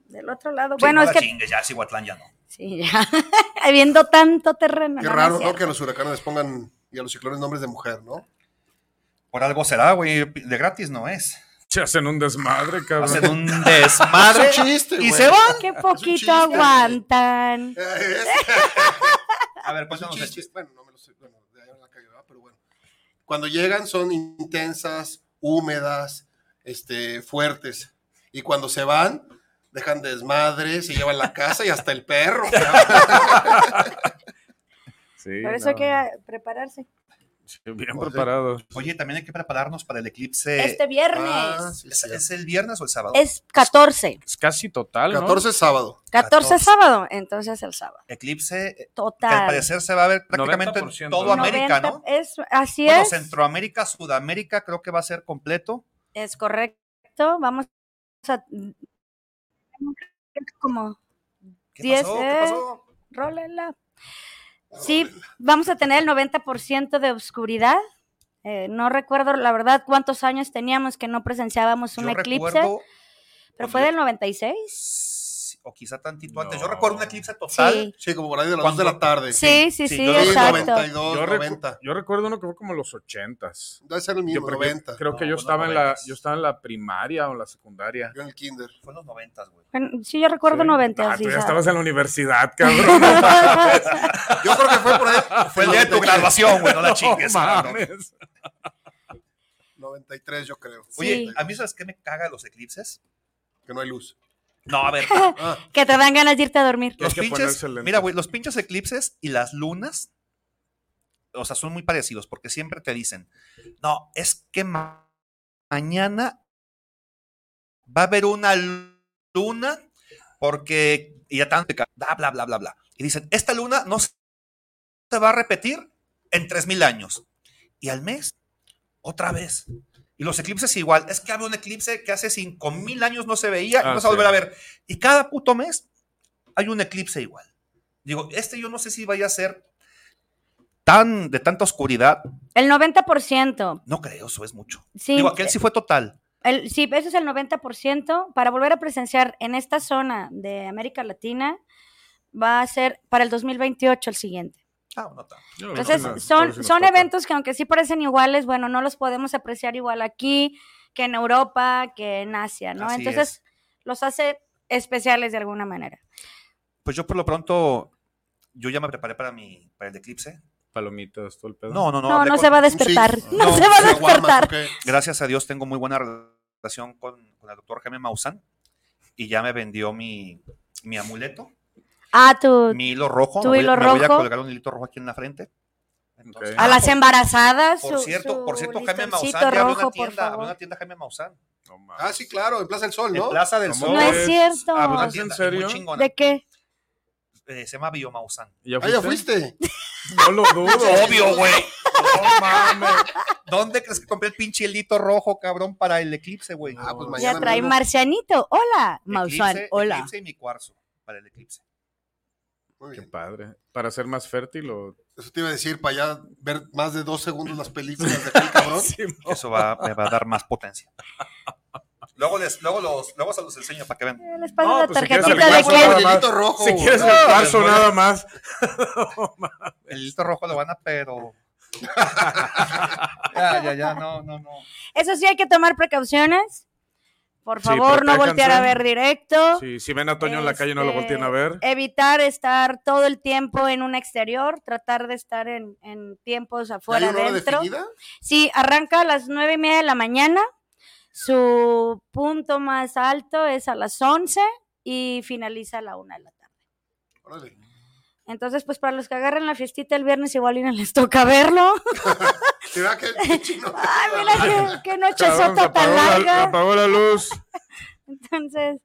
del otro lado.
Sí,
bueno,
no
es
la
que...
chingues, ya Cihuatlán ya no.
Sí, ya. [laughs] Habiendo tanto terreno.
Qué
no, no
raro,
es
¿no?
cierto.
Que a los huracanes les pongan y a los ciclones nombres de mujer, ¿no?
Por algo será, güey. De gratis no es.
Se hacen un desmadre,
Hacen
cabrón.
un desmadre.
Es un chiste,
Ah, y
güey. Eh,
se van.
[laughs]
Qué
chiste.
poquito aguantan.
A ver, pues
Son chistes, bueno, no me lo sé, bueno, de ahí en la calle, ¿verdad? pero bueno. Cuando llegan son intensas, húmedas, este, fuertes. Y cuando se van, dejan desmadre, se llevan la casa y hasta el perro. cabrón.
Sí,
Por eso
no.
hay que ah, prepararse.
Eh,
Sí, Bien preparados.
Oye, también hay que prepararnos para el eclipse.
Este [laughs] viernes
Ah, sí,
¿Es,
sí.
es el viernes o el sábado?
es 14.
Es casi total, ¿no?
14 es sábado.
14
14.
es sábado, entonces el sábado.
Eclipse eh, que al
Total.
parecer se va a ver prácticamente en
90%,
todo
¿no?
América,
90
¿no?
Es, así
Bueno,
es.
Centroamérica, Sudamérica, creo que va a ser completo.
Es correcto. Vamos a. Como.
¿Qué
Diez,
pasó?
eh.
¿Qué pasó?
Rólela. Sí, vamos a tener el 90% de oscuridad. Eh, no recuerdo, la verdad, cuántos años teníamos que no presenciábamos un
Yo
eclipse,
recuerdo,
pero fue del 96.
o quizá tantito antes.
No.
Yo recuerdo un eclipse total.
Sí,
Sí, como por ahí de las 2
¿Cuándo?
de la tarde.
sí, sí,
sí,
sí,
yo lo vi en
exacto.
92,
Yo, recu-
90.
yo recuerdo uno que fue como los ochentas.
Debe ser el
Yo
mismo,
creo que-
90.
creo que
No,
yo
fue
estaba
los
en la,
90s.
yo estaba en la primaria o en la secundaria.
Yo en el kinder.
Fue en los noventas, güey.
Bueno, Sí, yo recuerdo
Sí.
90.
Ah,
sí,
tú ya
sabe.
estabas en la universidad,
[laughs]
cabrón. [laughs] No
Yo creo que fue por ahí.
[laughs] Fue el día de tu graduación, güey, no la
[laughs]
chingues. cabrón.
mames.
93, yo creo.
Oye,
Sí.
a mí, ¿sabes qué me caga de los eclipses?
Que no hay luz.
No, a ver,
Ah,
que te dan ganas de irte a dormir.
Hay
los
que
pinches,
ponerse lentes.
mira, güey, los pinches eclipses y las lunas, o sea, son muy parecidos porque siempre te dicen, no, es que ma- mañana va a haber una luna porque y ya tanto, bla, bla, bla, bla, bla. Y dicen, esta luna no se se va a repetir en 3000 años. Y al mes, otra vez. Y los eclipses igual. Es que había un eclipse que hace 5000 años no se veía y
Ah,
no se va a
sí.
volver a ver. Y cada puto mes hay un eclipse igual. Digo, este yo no sé si vaya a ser tan de tanta oscuridad.
El 90%.
No creo, eso es mucho.
Sí,
Digo, aquel sí fue total.
el- sí, eso es el 90%. Para volver a presenciar en esta zona de América Latina, va a ser para el 2028 el siguiente.
Ah, no tanto.
Entonces,
No, no,
Pues son,
no, no, no,
son
no, no.
eventos que aunque sí parecen iguales, bueno, no los podemos apreciar igual aquí que en Europa, que en Asia, ¿no?
Así
Entonces,
es.
los hace especiales de alguna manera.
Pues yo por lo pronto, yo ya me preparé para mi, para el eclipse.
palomitas, todo el pedo.
No, no, no.
No,
hablé
no
con-
se va a
Sí.
despertar. No, se va a
sí, guamas,
despertar.
ok.
Gracias a Dios tengo muy buena relación con, con el doctor Jaime Maussan y ya me vendió mi, mi amuleto,
Ah, tú.
mi hilo rojo. me
tu
voy-
hilo
me voy a
rojo.
colgar un hilito rojo aquí en la frente. Entonces,
Ok.
A
ah,
las
por-
embarazadas.
Por
su-
cierto, por
su
cierto, Jaime Maussan
listoncito
ya abrió
rojo,
una
por
tienda, abrió
favor.
una tienda Jaime Maussan.
No mames.
Ah, sí, claro, en Plaza del Sol,
En
¿no?
Plaza del
¿Cómo
Sol.
No es
ves?
cierto.
Abrió
¿Es
una
en
tienda muy
serio?
chingona.
¿De qué?
Eh, se llama Bio Maussan.
¿Ya
Ah, ya fuiste.
[laughs] No lo dudo.
Obvio, güey.
[laughs]
No mames.
¿Dónde crees que compré el pinche hilito rojo, cabrón, para el eclipse, güey?
Ah, pues
Ya
mañana.
trae
mismo.
Marcianito. Hola,
Eclipse,
Maussan. Hola.
Eclipse y mi cuarzo para el eclipse.
Muy
Qué
bien.
padre. ¿Para ser más fértil o...?
Eso te iba a decir, para ya ver más de dos segundos las películas de aquel
[laughs]
cabrón.
Eso va, me va a dar más potencia. Luego, les, luego, los, luego se los enseño para que vean.
Les paso
No,
la
pues si quieres
tarjetita
el
de
hueso,
Con
nada
el
crédito.
más.
hilito rojo.
Si quieres el
No,
cuarzo
pues,
nada más.
El listo rojo lo van a, pero. [laughs] ya, ya, ya, no, no, no.
Eso sí, hay que tomar precauciones. Por
Sí,
favor, no voltear a
protéjanse.
ver directo.
Sí, si ven a Toño en la calle, no lo
Este,
volteen a ver.
Evitar estar todo el tiempo en un exterior, tratar de estar en, en tiempos
¿Ya hay
afuera,
una hora
adentro.
definida?
Sí, arranca a las nueve y media de la mañana. Su punto más alto es a las 11 y finaliza a la una de la tarde.
Órale.
Entonces, pues para los que agarren la fiestita el viernes, igual y no les
[laughs]
toca verlo.
¿Te va que qué chino?
Ay, mira qué, qué
Cabrón, se
nochezota tan
apagó la- se
larga.
apagó la luz.
Entonces,
Va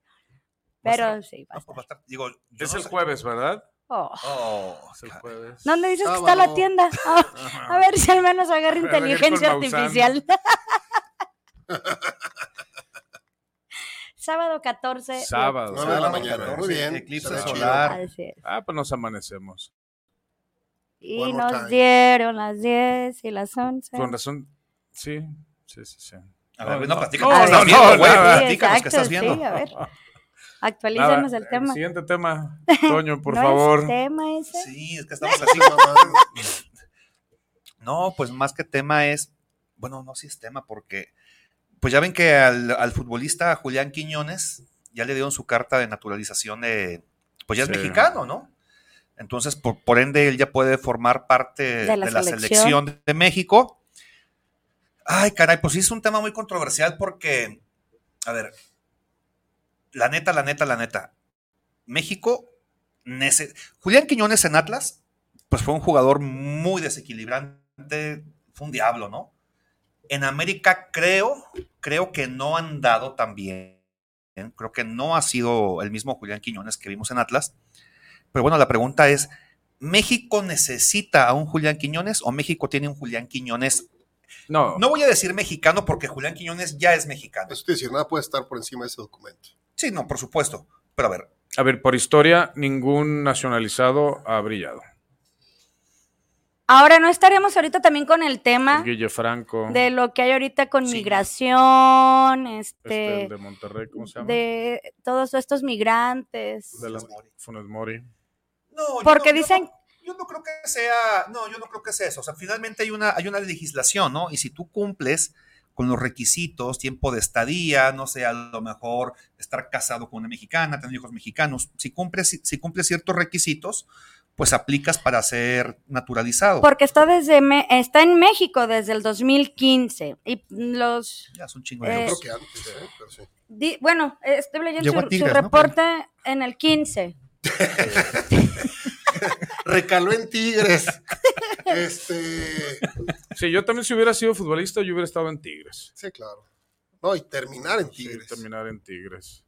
a
pero sí, va a
No, pues,
estar.
va a estar- digo, yo
Es
no
el
sé-
jueves, ¿verdad?
Oh.
Oh,
Es el
ca-
jueves.
¿Dónde dices que está la
[laughs]
Sábado.
tienda? a ver si al menos agarra
A ver, a ver
inteligencia
con Maussan. [laughs]
artificial. Sábado 14. de
Sábado.
Nueve de la
sábado
mañana. Muy
14,
bien.
eclipse
Será chido.
solar.
octubre. Así es.
Ah, pues nos amanecemos.
Y
One more
nos
time.
dieron las 10 y las 11.
Con razón. Sí, sí, sí, sí.
A ver,
No,
no,
no.
platícanos
No,
qué estás
no,
viendo,
no,
güey.
nada.
Sí,
Platícanos qué
exacto,
estás
sí,
viendo.
a
[laughs]
ver.
Nada,
Actualízanos el tema.
Siguiente
[laughs]
tema, Toño, por
¿No
favor.
Es este. tema ese?
Sí, es que estamos así. No, pues más que tema es, bueno, no sí es tema porque, pues ya ven que al, al futbolista Julián Quiñones ya le dieron su carta de naturalización de, pues ya es
Sí.
mexicano, ¿no? Entonces, por, por ende, él ya puede formar parte de la, selección. de México. Ay, caray, pues sí es un tema muy controversial porque, a ver, la neta, la neta, la neta, México, nece- Julián Quiñones en Atlas pues fue un jugador muy desequilibrante, fue un diablo, ¿no? En América creo, creo que no han dado tan bien, creo que no ha sido el mismo Julián Quiñones que vimos en Atlas, pero bueno, la pregunta es, ¿México necesita a un Julián Quiñones o México tiene un Julián Quiñones?
No,
No voy a decir mexicano porque Julián Quiñones ya es mexicano.
Eso te decir, nada puede estar por encima de ese documento.
Sí, no, por supuesto, pero a ver,
a ver, por historia, ningún nacionalizado ha brillado.
Ahora, ¿no estaremos ahorita también con el tema
Guille Franco,
de lo que hay ahorita con
Sí.
migración,
este, el
este,
de Monterrey, ¿cómo se llama?
de todos estos migrantes?
De la- Funes Mori.
No, yo
Porque
no- yo
dicen-
no- Yo no, creo que sea. No, yo no creo que sea eso. O sea, finalmente hay una, hay una legislación, ¿no? Y si tú cumples con los requisitos, tiempo de estadía, no sé, a lo mejor estar casado con una mexicana, tener hijos mexicanos, si cumples, si, si cumples ciertos requisitos, pues aplicas para ser naturalizado.
Porque está desde Me- está en México desde el 2015 y los
Ya es un chingo de
Eh,
Creo
años.
que antes, ¿eh? Pero sí.
Di- bueno, eh, estoy leyendo
Llegó
su,
a Tigres,
su
¿no?
reporte en el 15.
Recaló en Tigres. [laughs] Este.
Sí, yo también si hubiera sido futbolista, yo hubiera estado en Tigres.
Sí, claro. No, y terminar en
Sí,
Tigres.
terminar en Tigres.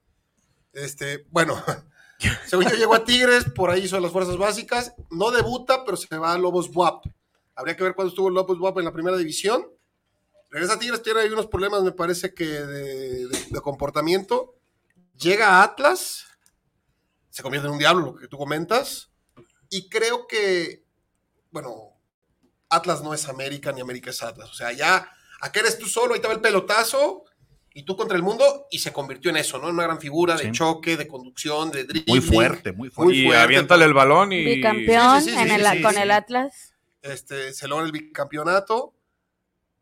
Este, bueno, según yo llegó a Tigres, por ahí hizo las fuerzas básicas, no debuta, pero se va a Lobos Buap. Habría que ver cuándo estuvo Lobos Buap en la primera división. Regresa a Tigres, tiene ahí unos problemas, me parece que de, de- de comportamiento. Llega a Atlas, se convierte en un diablo, lo que tú comentas. Y creo que, bueno, Atlas no es América, ni América es Atlas. O sea, ya, acá eres tú solo, ahí te va el pelotazo, y tú contra el mundo, y se convirtió en eso, ¿no? En una gran figura de
Sí.
choque, de conducción, de dribbling.
Muy fuerte, muy fuerte.
Muy
y
fuerte,
aviéntale el balón y.
Bicampeón
Sí, sí, sí,
en
sí,
el-
sí,
con
sí.
el Atlas.
este, se logra el bicampeonato.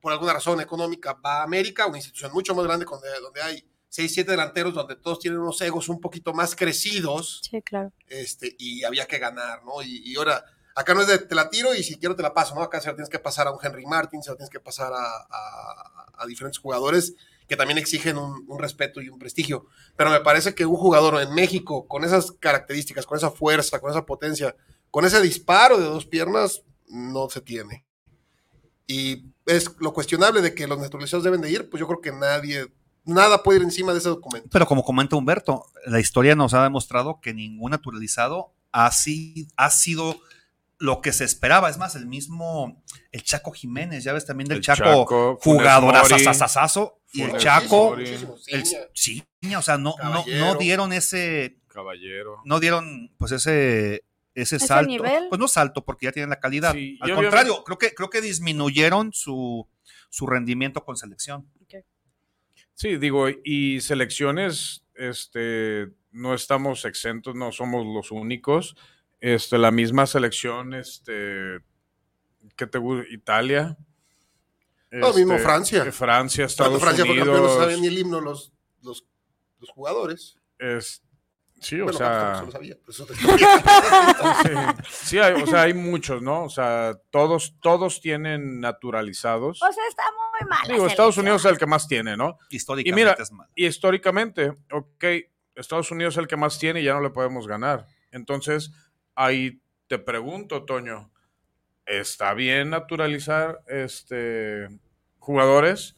Por alguna razón económica va a América, una institución mucho más grande donde, donde hay 6, 7 delanteros, donde todos tienen unos egos un poquito más crecidos,
Sí, claro.
este, y había que ganar, ¿no? Y, y ahora, Acá no es de te la tiro y si quiero te la paso, ¿no? Acá se la tienes que pasar a un Henry Martin, se la tienes que pasar a, a- a diferentes jugadores que también exigen un, un respeto y un prestigio. Pero me parece que un jugador en México con esas características, con esa fuerza, con esa potencia, con ese disparo de dos piernas, no se tiene. Y es lo cuestionable de que los naturalizados deben de ir, pues yo creo que nadie, nada puede ir encima de ese documento.
Pero como comenta Humberto, la historia nos ha demostrado que ningún naturalizado ha, si- ha sido lo que se esperaba. Es más, el mismo, el Chaco Jiménés, ya ves también del
El
Chaco,
Chaco, Funes Mori.
jugadorazo, y el
Funes
Chaco,
Mori.
el Ciña, o sea, no, no, no
Caballero.
dieron ese,
Caballero.
no dieron pues ese ese
Ese
salto,
nivel.
pues no salto porque ya tienen la calidad.
Sí,
Al
yo
contrario, creo que creo que disminuyeron su su rendimiento con selección.
Sí, digo, y selecciones, este, no estamos exentos, no somos los únicos. Este, la misma selección, este, ¿qué te gusta? Italia. Este,
Lo mismo
este,
Francia.
Francia,
Cuando
Estados
Francia fue campeón no
Unidos,
sabían ni el himno los, los, los jugadores.
es- sí, o
Bueno,
sea,
Carlos lo sabía, pero eso te- Pero [laughs]
[laughs] sí, hay, o sea, hay muchos, ¿no? O sea, todos, todos tienen naturalizados.
O sea, está muy mal. la
Digo, Estados
selección.
Unidos es el que más tiene, ¿no?
Históricamente
Y mira,
es malo.
Y históricamente, ok, Estados Unidos es el que más tiene y ya no le podemos ganar. Entonces, ahí te pregunto, Toño, ¿está bien naturalizar este jugadores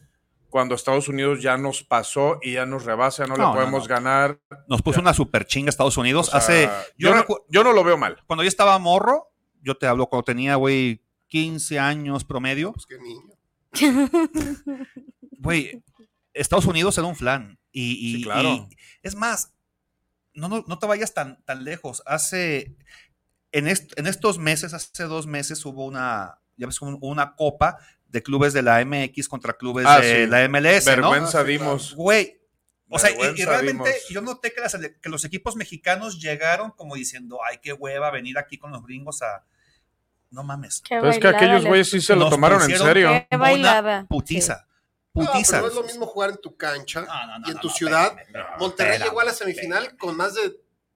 cuando Estados Unidos ya nos pasó y ya nos rebasa, no,
No, no,
le podemos
no.
ganar?
Nos puso una super chinga Estados Unidos
O sea,
hace yo
yo, no,
recu-
yo no lo veo mal.
cuando yo estaba morro, yo te hablo cuando tenía güey 15 años promedio,
pues qué niño.
güey, Estados Unidos era un flan y, y-
Sí, claro.
y- es más, no, no, no te vayas tan, tan lejos. Hace en, est- en estos meses, hace dos meses, hubo una, ya ves, un- una copa de clubes de la MX contra clubes
Ah,
de
sí.
la MLS,
Vergüenza
Ah, sí,
dimos.
¿no? Güey. O sea, y- y,
Vergüenza
realmente
dimos.
yo noté que, las ele- que los equipos mexicanos llegaron como diciendo, ay, qué hueva venir aquí con los gringos a... No mames.
Qué
Pero es que
bailada
aquellos
le-
güeyes sí se lo
Nos
tomaron en
pusieron
serio.
que- Qué bailada.
Putiza.
No,
Putiza.
pero no es lo mismo jugar en tu cancha
No, no, no,
y en
no,
tu
no,
ciudad.
espérame, espérame,
Monterrey
espérame,
llegó a la
espérame.
semifinal con más de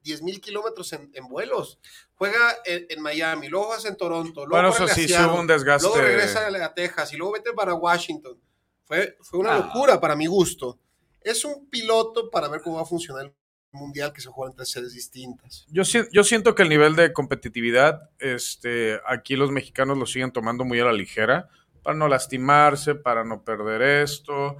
10.000 mil kilómetros en, en vuelos. Juega en, en Miami, luego hace en Toronto, luego
Bueno, eso
juega en
sí, sí
Seattle,
hubo un desgaste.
Luego regresa a, a Texas y luego vete para Washington. Fue, fue una
Ah.
locura para mi gusto. Es un piloto para ver cómo va a funcionar el mundial que se juega entre sedes distintas.
Yo, si- yo siento que el nivel de competitividad, este, aquí los mexicanos lo siguen tomando muy a la ligera, para no lastimarse, para no perder esto.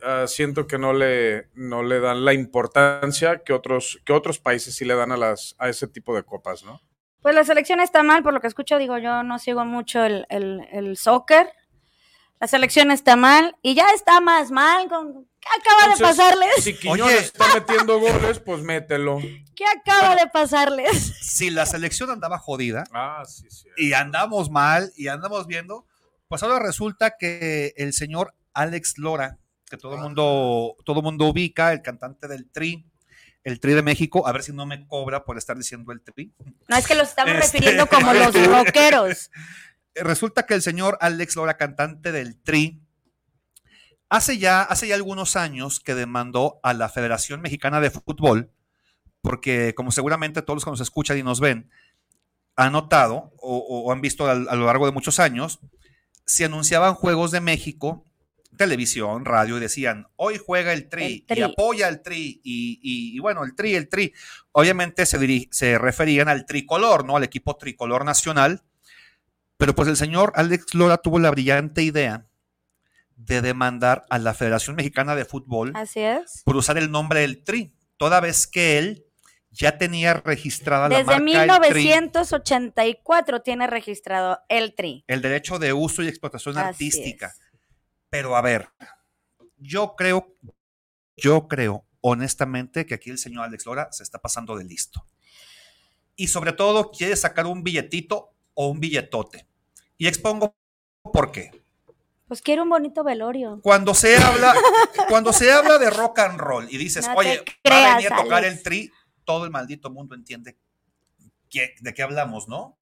Ah, siento que no le, no le dan la importancia que otros, que otros países sí le dan a, las, a ese tipo de copas, ¿no?
Pues la selección está mal, por lo que escucho, digo, yo no sigo mucho el, el- el soccer. La selección está mal y ya está más mal. Con... ¿Qué acaba
Entonces,
de pasarles?
Si Quiñones
Oye.
está metiendo goles, pues mételo.
¿Qué acaba de pasarles?
Si la selección andaba jodida
Ah, sí, sí.
y andamos mal y andamos viendo, pues ahora resulta que el señor Alex Lora, que todo
Ah.
el mundo, todo mundo ubica, el cantante del Tri, el Tri de México, a ver si no me cobra por estar diciendo el Tri.
No, es que los estamos
Este-
refiriendo como los rockeros.
Eh, resulta que el señor Alex Lora, cantante del Tri, hace ya, hace ya algunos años que demandó a la Federación Mexicana de Fútbol, porque como seguramente todos los que nos escuchan y nos ven han notado o, o- o han visto al- a, lo largo de muchos años, se anunciaban juegos de México, televisión, radio, y decían, hoy juega el Tri,
El
y
Tri.
apoya al Tri, y, y- y bueno, el Tri, el Tri. Obviamente se, diri- se referían al tricolor, ¿no? Al equipo tricolor nacional, pero pues el señor Alex Lora tuvo la brillante idea de demandar a la Federación Mexicana de Fútbol
Así es.
por usar el nombre del Tri, toda vez que él ya tenía registrada la
Desde
marca el Tri,
1984 tiene registrado el tri.
el derecho de uso y explotación
Así
artística.
es.
Pero a ver, yo creo, yo creo honestamente que aquí el señor Alex Lora se está pasando de listo. Y sobre todo quiere sacar un billetito o un billetote. Y expongo por qué.
Pues quiero un bonito velorio.
Cuando se
[laughs]
habla, cuando se habla de rock and roll y dices,
No te
oye, va a
creas,
venir a tocar
Alex.
el tri, todo el maldito mundo entiende qué- de qué hablamos, ¿no?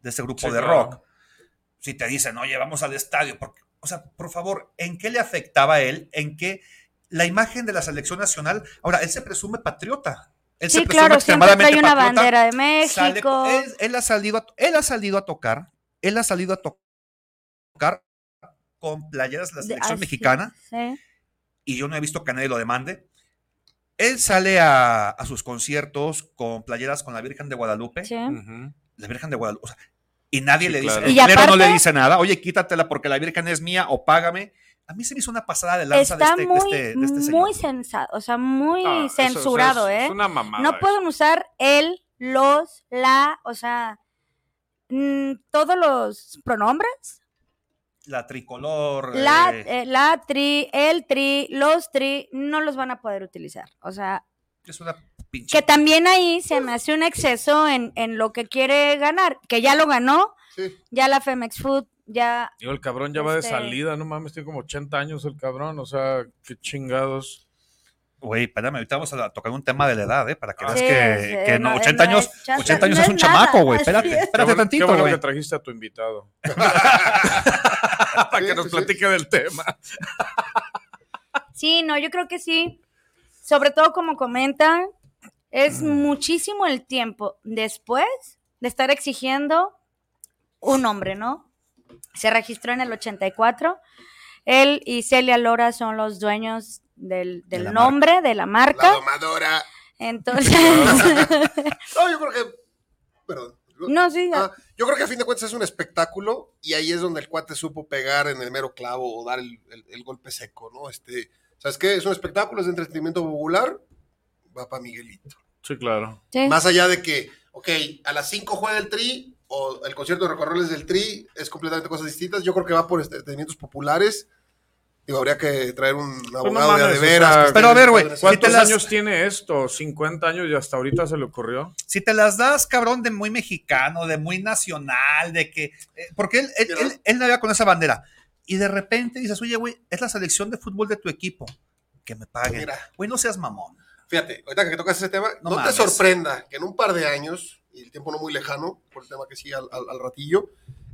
De ese grupo
Sí,
de
claro.
rock. Si te dicen, oye, vamos al estadio, porque, o sea, por favor, ¿en qué le afectaba a él? ¿En qué la imagen de la selección nacional? Ahora, él se presume patriota. Él
Sí,
se presume
claro, siempre
extremadamente
trae una
patriota,
bandera de
sale
México.
con- él, él ha salido a, él ha salido a tocar, él ha salido a to- tocar con playeras de la
de-
selección
así, eh,
mexicana ¿eh?
sí.
y yo no he visto que nadie lo demande. Él sale a, a sus conciertos con playeras con la Virgen de Guadalupe,
sí.
Ujú.
la Virgen de Guadalupe, o sea, y nadie
Sí,
le
claro.
dice,
Y
el dinero no le
aparte-
dice nada, oye, quítatela porque la Virgen es mía o págame. A mí se me hizo una pasada de lanza
Está
de, este, de
muy,
este- de este señor.
muy censado, o sea, muy
Ah, eso, o sea,
censurado,
es-
¿eh?
Es una mamada.
no pueden usar el, los, la, o sea, mm, todos los pronombres.
La tricolor.
La,
eh,
eh, la tri, el tri, los tri, no los van a poder utilizar. O sea,
es una pinche.
que también ahí se me hace un exceso en, en lo que quiere ganar, que ya lo ganó,
Sí.
ya la Femex Food, ya
Digo, el cabrón ya va de
Este-
salida, no mames, tiene como 80 años el cabrón, o sea, qué chingados.
Güey, espérame, ahorita vamos a tocar un tema de la edad, ¿eh? Para que veas
Ah, Sí,
que,
sí,
que no,
no,
80
no
años,
es chafa,
80 años
no
es
es
un
nada,
chamaco, güey.
así
Espérate,
es.
espérate
qué bueno, qué
tantito,
bueno
güey.
que trajiste a tu invitado
Sí,
[laughs] para que nos
sí, sí.
platique del tema.
Sí, no, yo creo que sí. Sobre todo como comenta, es muchísimo el tiempo después de estar exigiendo un hombre, ¿no? Se registró en el 84. Él y Celia Lora son los dueños del, del
la
nombre, de la
La
marca.
domadora.
[laughs] Ah,
Entonces,
No, yo creo que. Perdón.
[laughs] no, sí,
Ah, yo creo que a fin de cuentas es un espectáculo y ahí es donde el cuate supo pegar en el mero clavo o dar el, el- el golpe seco, ¿no? Este, ¿Sabes qué? Es un espectáculo, es de entretenimiento popular, va para Miguelito.
Sí, claro.
sí.
Más allá de que, ok, a las 5 juega el tri o el concierto de recorribles del tri es completamente cosas distintas, yo creo que va por entretenimientos populares. Digo, habría que traer un abogado de a
mames,
de
o
veras.
sea,
que esté
pero a ver, güey,
interesado en
si te
¿Cuántos
las-
años tiene esto? ¿50 años y hasta ahorita se le ocurrió?
Si te las das, cabrón, de muy mexicano, de muy nacional, de que. eh, porque él, él, él, él navega con esa bandera. Y de repente dices, oye, güey, es la selección de fútbol de tu equipo. Que me
eso.
paguen.
Mira,
Güey, no seas mamón.
Fíjate, ahorita que tocas ese tema,
No
no,
mames.
te sorprenda que en un par de años, y el tiempo no muy lejano, por el tema que sigue al, al- al ratillo,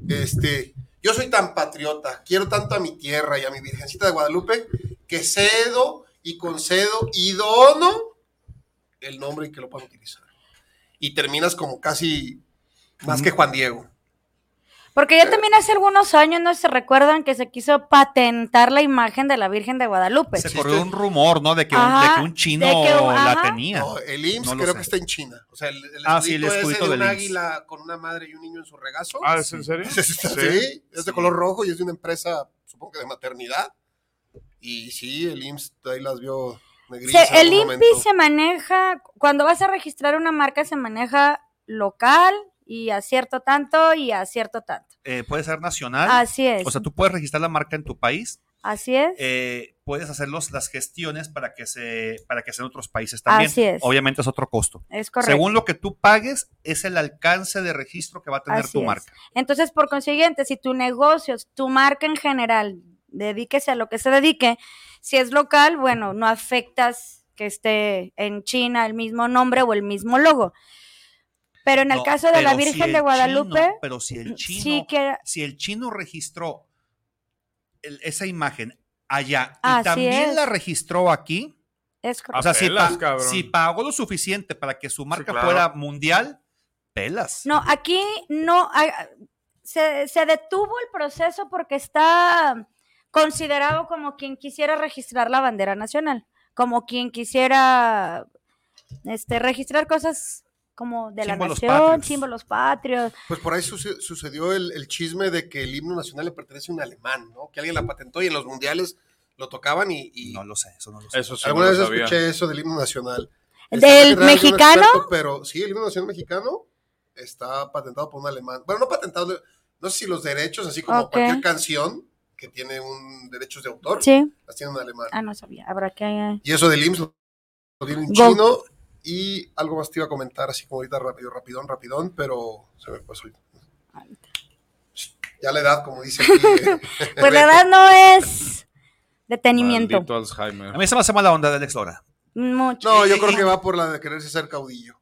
este, yo soy tan patriota, quiero tanto a mi tierra y a mi Virgencita de Guadalupe, que cedo y concedo y dono el nombre y que lo puedan utilizar. Y terminas como casi más
Mm.
que Juan Diego.
Porque ya también hace algunos años, ¿no? Se recuerdan que se quiso patentar la imagen de la Virgen de Guadalupe.
Se
sí,
corrió
estoy-
un rumor, ¿no? De que, un, de
Pues Ajá,
que un chino
de que un-
la
ajá.
tenía.
No, el IMSS
No lo
creo
sé.
que está en China. O sea, el, el
Ah, sí, el
escudito ese
escudito
de un
del IMSS.
águila con una madre y un niño en su regazo.
Ah, ¿es en [laughs]
[laughs]
serio?
Sí, es de color rojo y es de una empresa, supongo que de maternidad. Y sí, el IMSS ahí las vio negritas.
Se- el INPI se maneja, cuando vas a registrar una marca, se maneja local y a cierto tanto y a cierto tanto.
Eh, puede ser nacional.
Así es.
O sea, tú puedes registrar la marca en tu país.
así es.
eh, puedes hacer los- las gestiones para que se para que sean otros países también.
Así es.
Obviamente es otro costo.
es correcto.
Según lo que tú pagues es el alcance de registro que va a tener
Así
tu
es.
marca.
Entonces, por consiguiente, si tu negocio, tu marca en general, dedíquese a lo que se dedique, si es local, bueno, no afectas que esté en China el mismo nombre o el mismo logo. Pero en el
No,
caso de
pero
la
si
Virgen
el
de
chino-
Guadalupe, mm,
pero si el chino,
sí que
si el chino registró el- esa imagen allá y
Así
también
es.
la registró aquí,
es
o sea, si,
Pelas,
pa-
cabrón.
si pagó lo suficiente para que su marca
claro.
fuera mundial, pelas.
No, aquí no. ah, Se, se detuvo el proceso porque está considerado como quien quisiera registrar la bandera nacional, como quien quisiera este, registrar cosas como de la
Símbolos
nación,
patrios.
símbolos patrios.
Pues por ahí suce- sucedió el, el chisme de que el himno nacional le pertenece a un alemán, ¿no? Que alguien la patentó y en los mundiales lo tocaban y. y
No lo sé, eso no lo sé.
Eso sí,
alguna
no
vez
lo sabía.
escuché eso del himno nacional.
¿Del
Está bien que raro que un
mexicano?
experto, pero sí, el himno nacional mexicano está patentado por un alemán. Bueno, no patentado, no sé si los derechos, así como
Ok.
cualquier canción que tiene un derechos de autor,
Sí.
las tiene un alemán.
Ah, no sabía. Habrá que.
Y eso del IMSS lo lo tiene en
Go.
chino. Y algo más te iba a comentar, así como ahorita rápido, rapidón, rapidón, pero se me pasó. Ya la edad, como
[laughs]
dice aquí. eh,
Pues la verdad no es detenimiento.
Maldito Alzheimer.
A mí se me hace mala onda de Alex Lora.
Mucho.
No, yo creo que va por la de quererse ser caudillo.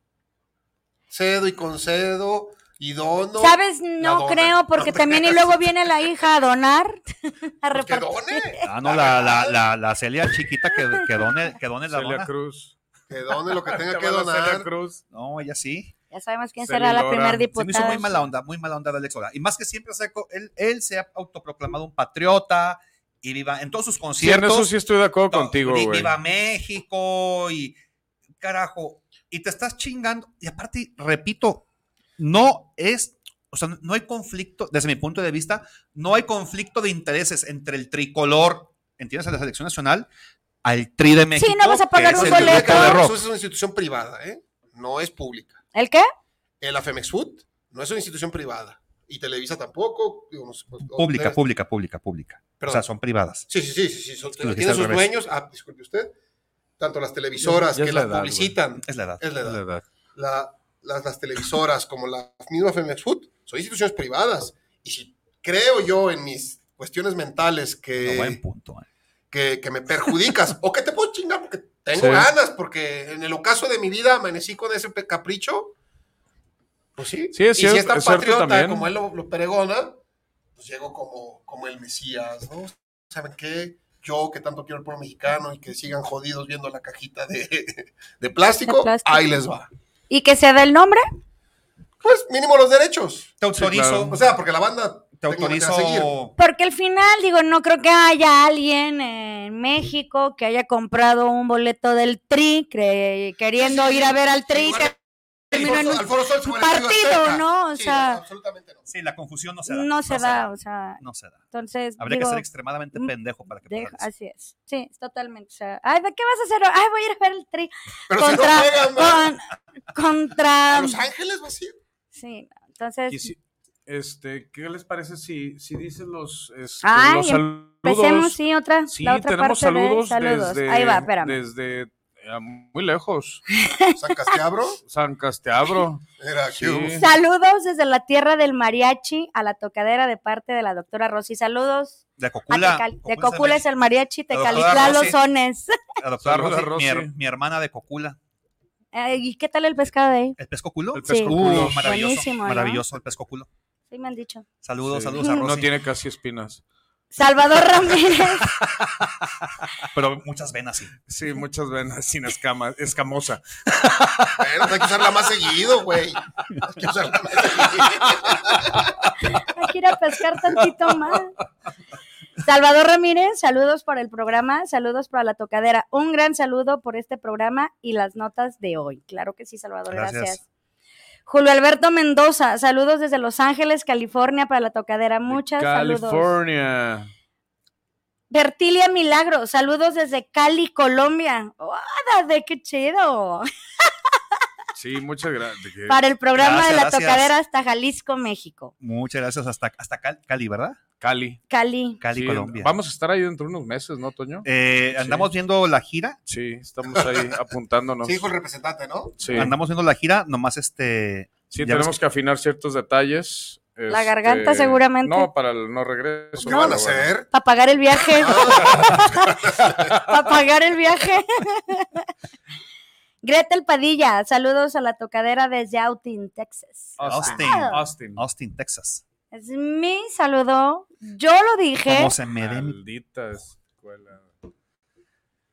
Cedo y concedo y dono.
¿Sabes?
La
No
dona.
creo, porque
No te
también y
creas.
luego viene la hija a donar, [laughs] a
Pues que
repartir.
done.
Ah, no, la, la, la, la Celia chiquita que, que done, que done la
Celia
dona.
Cruz.
Que done lo que tenga que
Tabasco de la
donar.
Cruz.
No, ella sí.
Ya sabemos quién
Se
será
le
la
logra.
primer
Se me hizo
diputada.
muy mala onda, muy mala onda de Alex Lora. Y más que siempre, saco, él, él se ha autoproclamado un patriota y viva en todos sus
Sí, en
conciertos.
eso sí estoy de acuerdo
No,
contigo,
vi-
güey.
Viva México y carajo. Y te estás chingando. Y aparte, repito, no es, o sea, no hay conflicto, desde mi punto de vista, no hay conflicto de intereses entre el tricolor, ¿entiendes? A la selección nacional, al tri de México.
no vas a
que
pagar
es
un
el
boleto.
dueto de rock.
Eso es una institución privada, ¿eh? No es pública.
¿El qué?
El Afemex Food no es una institución privada. Y Televisa tampoco. digo, no sé, pues, o- o-
Pública,
debe-
pública, pública, pública.
Perdón.
O sea, son privadas.
Sí, sí, sí, sí, sí, son-
que lo dijiste
tiene
al
sus
revés.
dueños. Ah, disculpe usted. Tanto las televisoras
Ya- ya
que
es la
las
edad, güey.
publicitan,
Es la edad.
es la edad.
La verdad.
la- las, las televisoras como la misma Femex Food son instituciones privadas. Y si creo yo en mis cuestiones mentales
No,
que,
buen punto. eh.
que, que me perjudicas o que te puedo chingar porque tengo
Sí.
ganas, porque en el ocaso de mi vida amanecí con ese pe- capricho, pues sí.
Sí, es
y
cierto-
si es tan
es cierto
patriota
también.
como él lo, lo peregona, pues llego como, como el Mesías, ¿no? ¿Saben qué? Yo que tanto quiero el pueblo mexicano y que sigan jodidos viendo la cajita de, [laughs] de plástico,
De plástico.
ahí les va.
¿Y que se dé el nombre?
Pues mínimo los derechos.
Te autorizo,
O sea, porque la banda
te autorizo.
técnicamente va a seguir.
Porque al final, digo, no creo que haya alguien en México que haya comprado un boleto del Tri, cre- queriendo ir a ver al Tri, que terminó en
Al
un
Foro- al Foro Sol se hubiera
partido,
sido Azteca.
¿no? O
Sí,
sea-
absolutamente no.
Sí, la confusión no se da.
no se da, o sea,
No se da.
entonces,
Habría
digo,
que ser extremadamente
mm,
pendejo para que
de-
puedas.
así es, sí, es totalmente, o sea, ay, ¿de qué vas a hacer? Ay, voy a ir a ver el Tri
Pero si no
contra,
juegan, ¿no?
con-
[laughs]
um, contra,
a Los Ángeles va a ser.
sí, entonces,
Y si- este, ¿qué les parece si, si dices los, este,
Ay,
los saludos?
empecemos, sí, otra,
Sí,
la otra
tenemos
parte
saludos,
de saludos,
desde,
ahí va, espérame.
desde eh, muy lejos,
San Castiabro.
San [laughs] Casteabro.
Era
Sí.
Hughes.
Saludos desde la tierra del mariachi a la tocadera de parte de la doctora Rosy. Saludos
De
a
Acocula.
Tecal- de
Acocula
Cocula es
México.
el mariachi,
La doctora
Tecalitlán
Rosy.
los sones. [laughs]
La doctora
Saludos a
Rosy, mi, her-
Rosy.
mi hermana de Cocula.
Eh, ¿Y qué tal el pescado eh? de ahí?
¿El pesco culo?
El
Sí.
pesco
Uh,
culo.
maravilloso,
Buenísimo, ¿no?
maravilloso el pesco culo.
Sí, me han dicho.
Saludos,
Sí.
saludos a Rosy.
No tiene casi espinas.
Salvador Ramírez. [laughs]
Pero muchas venas, sí.
Sí, muchas venas sin escamas, escamosa.
Bueno, hay que usarla más seguido, güey. Hay que usarla más seguido.
Hay que ir a pescar tantito más. Salvador Ramírez, saludos para el programa, saludos para la tocadera. Un gran saludo por este programa y las notas de hoy. Claro que sí, Salvador, gracias.
Gracias.
Julio Alberto Mendoza, saludos desde Los Ángeles, California, para la tocadera. Muchas saludos.
California.
Bertilia Milagro, saludos desde Cali, Colombia. ¡Hola, de qué chido!
Sí, muchas gracias.
Para el programa de la
Gracias, gracias.
tocadera hasta Jalisco, México.
Muchas gracias. Hasta, hasta Cal- Cali, ¿verdad?
Cali.
Cali.
Cali,
Sí,
Colombia.
Vamos a estar ahí dentro de unos meses, ¿no, Toño?
Eh, andamos viendo la gira.
Sí, estamos ahí [laughs] apuntándonos.
Sí, dijo el representante, ¿no?
Sí,
Andamos viendo la gira, nomás este.
sí
ya ves
tenemos que afinar ciertos detalles. Este,
La garganta, seguramente.
No, para el no regreso.
Pues, ¿Qué van a
pero bueno.
hacer?
Para pagar el viaje.
Ah.
[laughs] Para pagar el viaje. [laughs] Gretel Padilla, saludos a la tocadera desde Austin, Texas.
Austin.
Ah.
Austin.
Austin, Texas.
Es mi saludo. Yo lo dije
¿Cómo se me den?
Maldita escuela